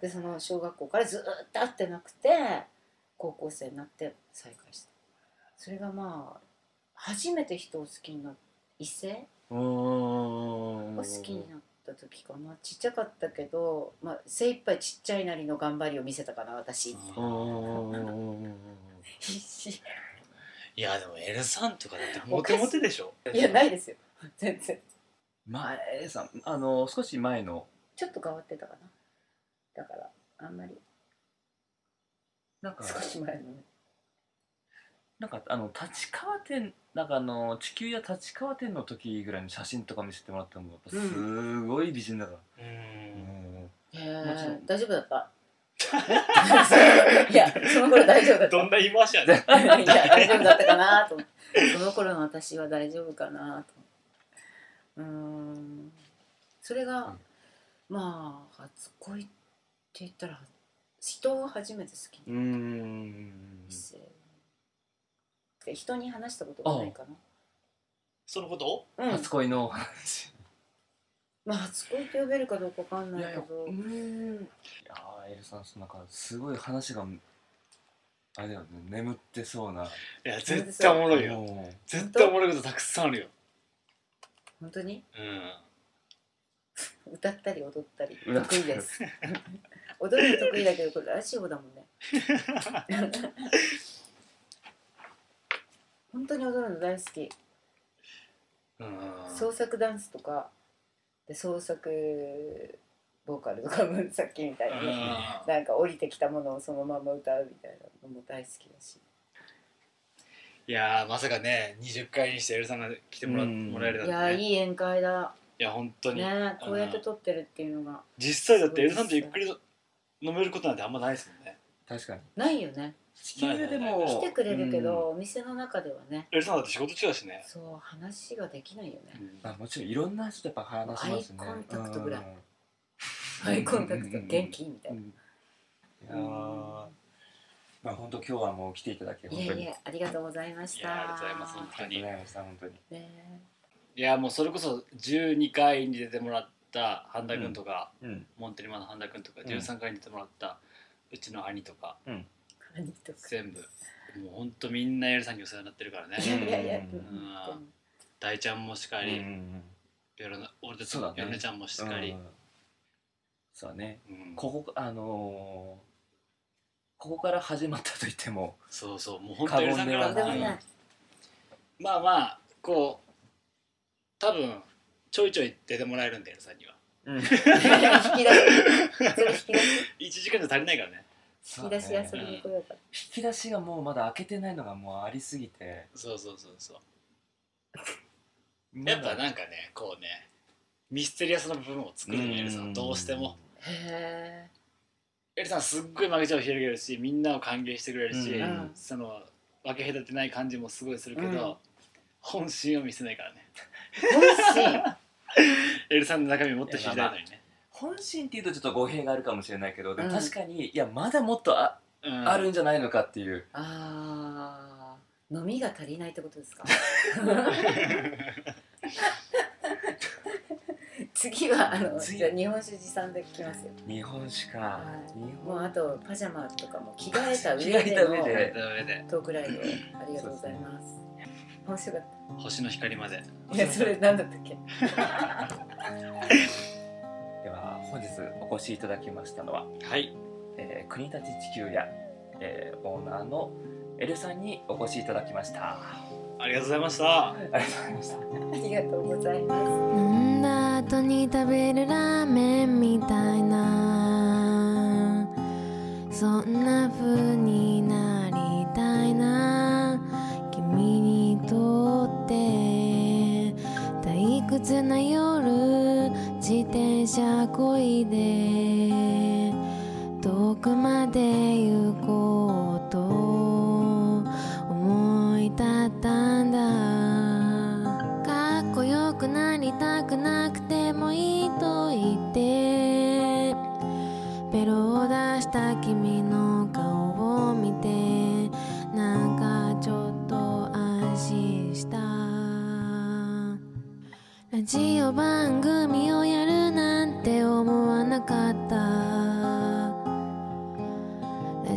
[SPEAKER 2] でその小学校からずーっと会ってなくて高校生になって再会したそれがまあ初めて人を好きになった異性
[SPEAKER 1] うんうんうん
[SPEAKER 2] を好きになった時かなちっちゃかったけど、まあ、精一杯ちっちゃいなりの頑張りを見せたかな私
[SPEAKER 1] うんうんうんうんうん
[SPEAKER 2] 必死
[SPEAKER 4] いやでも L さんとかだってモテモテでしょ
[SPEAKER 2] <laughs> いやないですよ全然
[SPEAKER 1] 前さんあの少し前の
[SPEAKER 2] ちょっと変わってたかなだからあんまり
[SPEAKER 1] なんか
[SPEAKER 2] 少し前のね
[SPEAKER 1] なんかあの立川店なんかあの地球や立川店の時ぐらいの写真とか見せてもらってもやっぱすごい美人だから、
[SPEAKER 4] う
[SPEAKER 1] うんん
[SPEAKER 2] へ
[SPEAKER 1] もちろ
[SPEAKER 2] え
[SPEAKER 1] ん
[SPEAKER 2] 大丈夫だった <laughs> いやその頃大丈夫だった
[SPEAKER 4] どんな言い回しやね
[SPEAKER 2] いや大丈夫だったかなと思ってその頃の私は大丈夫かなと思ってうーんそれが、まあ初恋って言ったら人を初めて好きに
[SPEAKER 1] うーん
[SPEAKER 2] なって、で人に話したことがないか
[SPEAKER 4] そのことを
[SPEAKER 2] な、うん
[SPEAKER 1] 初恋の話
[SPEAKER 2] まあ初恋と呼べるかどうかわかんないけど
[SPEAKER 1] うーんいやーエルさんそのなんかすごい話があれだよね眠ってそうない
[SPEAKER 4] や絶対おもろいよ
[SPEAKER 1] も
[SPEAKER 4] 絶対おもろいことたくさんあるよ
[SPEAKER 2] 本当に
[SPEAKER 4] うん
[SPEAKER 2] 歌ったり踊ったり
[SPEAKER 1] 歌った
[SPEAKER 2] 得
[SPEAKER 1] り
[SPEAKER 2] 意です <laughs> 踊るの得意だけどこれラジオだもんね <laughs> 本当に踊るの大好き
[SPEAKER 4] うん
[SPEAKER 2] 創作ダンスとかで創作ボーカルとかもさっきみたいにね
[SPEAKER 4] う
[SPEAKER 2] なんか降りてきたものをそのまま歌うみたいなのも大好きだし
[SPEAKER 4] んいやーまさかね20回にしてエルさんが来てもら,、
[SPEAKER 1] うん
[SPEAKER 4] もらえる
[SPEAKER 2] い
[SPEAKER 4] な
[SPEAKER 2] や
[SPEAKER 4] んて、ね、い
[SPEAKER 2] いい宴会だ
[SPEAKER 4] や本当に、
[SPEAKER 2] ねこうやって撮ってるっていうのが
[SPEAKER 4] 実際だってエルさんとゆっくり飲めることなんてあんまないですもんね
[SPEAKER 1] う確かに
[SPEAKER 2] ないよね
[SPEAKER 1] 地球でで
[SPEAKER 4] ないない
[SPEAKER 1] も
[SPEAKER 4] な
[SPEAKER 2] 来てくれるけどお店の中ではね
[SPEAKER 4] エルさんだって仕事中だしね、
[SPEAKER 2] そう話ができないよ
[SPEAKER 4] う
[SPEAKER 2] ね
[SPEAKER 4] ん
[SPEAKER 1] まあ、もちろんいろんな人とやっぱ話しますね
[SPEAKER 2] アイコンタクトぐらい
[SPEAKER 1] うん
[SPEAKER 2] アイコンタクト元気みた
[SPEAKER 1] う
[SPEAKER 2] い
[SPEAKER 1] ん
[SPEAKER 2] な
[SPEAKER 1] うんいや
[SPEAKER 2] うん
[SPEAKER 1] ーまあ本当今日はもう来ていただき本
[SPEAKER 2] い
[SPEAKER 1] 当
[SPEAKER 2] や
[SPEAKER 1] に
[SPEAKER 2] いやありがとうございまし
[SPEAKER 4] い
[SPEAKER 2] た
[SPEAKER 4] やありがとうございます本当
[SPEAKER 1] あり
[SPEAKER 4] に
[SPEAKER 1] がとうございました本当に
[SPEAKER 2] ね
[SPEAKER 4] いやもうそれこそ12回に出てもらった半田君とか、
[SPEAKER 1] うん
[SPEAKER 4] モンテリマの半田君とか
[SPEAKER 1] うん
[SPEAKER 4] 13回に出てもらったうちの兄とか
[SPEAKER 2] 兄とか
[SPEAKER 4] 全部もうほんとみんなエルさんにお世話になってるからね
[SPEAKER 2] いやいやいや
[SPEAKER 1] うん
[SPEAKER 2] 本
[SPEAKER 4] 大ちゃんもしか
[SPEAKER 1] うんう
[SPEAKER 4] り、
[SPEAKER 1] ん
[SPEAKER 4] よろな俺たち
[SPEAKER 1] そうだね
[SPEAKER 4] よろねちゃんもしっかり、
[SPEAKER 1] そうだね
[SPEAKER 4] うん
[SPEAKER 1] ここあのーここから始まったと言っても
[SPEAKER 4] そうそうもう本当にエルさんか
[SPEAKER 2] 当に
[SPEAKER 4] ら
[SPEAKER 2] とんでも
[SPEAKER 1] 過言
[SPEAKER 2] ない
[SPEAKER 4] まあまあこう多分ちょいちょい出てもらえるんでエルさんには
[SPEAKER 1] うん
[SPEAKER 2] 引き出しそれ引き出し
[SPEAKER 4] 1時間じゃ足りないからね
[SPEAKER 2] 引き出し遊
[SPEAKER 1] そうだね
[SPEAKER 2] びに来ようか
[SPEAKER 1] 引き出しがもうまだ開けてないのがもうありすぎて
[SPEAKER 4] そうそうそうそう
[SPEAKER 1] まだ
[SPEAKER 4] やっぱなんかねこうねミステリアスな部分を作るのよエルさんはどうしても
[SPEAKER 2] へ
[SPEAKER 4] エルさんすっごい負けちゃを広げるしみんなを歓迎してくれるし、
[SPEAKER 1] うん
[SPEAKER 4] その分け隔てない感じもすごいするけど、
[SPEAKER 2] うん
[SPEAKER 4] 本心を見せないからね
[SPEAKER 2] え美味しい
[SPEAKER 4] エルさんの中身もっと知りたいのにね、
[SPEAKER 1] 本心っていうとちょっと語弊があるかもしれないけどでも
[SPEAKER 2] うん
[SPEAKER 1] 確かに、いやまだもっとあ
[SPEAKER 4] うん
[SPEAKER 1] あるんじゃないのかっていう
[SPEAKER 2] あー飲みが足りないってこと
[SPEAKER 1] <laughs>
[SPEAKER 2] ですか次はあの
[SPEAKER 1] 次
[SPEAKER 2] じゃあ日本酒持参で来ますよ
[SPEAKER 1] 日本しか
[SPEAKER 2] はい
[SPEAKER 1] 日本
[SPEAKER 2] もうあとパジャマとかも着替えた上
[SPEAKER 1] 着替えた上
[SPEAKER 2] で
[SPEAKER 1] で
[SPEAKER 4] というわけで
[SPEAKER 2] のトークライブありがとうございます面白かっ
[SPEAKER 4] 星の光まで
[SPEAKER 2] たいやそれ何だったっけ
[SPEAKER 1] では本日お越しいただきましたのは、
[SPEAKER 4] はい
[SPEAKER 1] えー国立地球屋、えーオーナーのエルさんにお越しいただきました
[SPEAKER 4] ありがとうございました
[SPEAKER 1] ありがとうございました
[SPEAKER 2] ありがとうございます
[SPEAKER 6] 飲んだ後に食べるラーメンみたいなそんな風になりたいな君にとって退屈な夜自転車こいで遠くまで行こうと思い立ったんだかっこよくなりたくなくてもいいと言ってベロを出した君の顔を見てなんかちょっと安心したラジオ番組をやるなんて思わなかったラ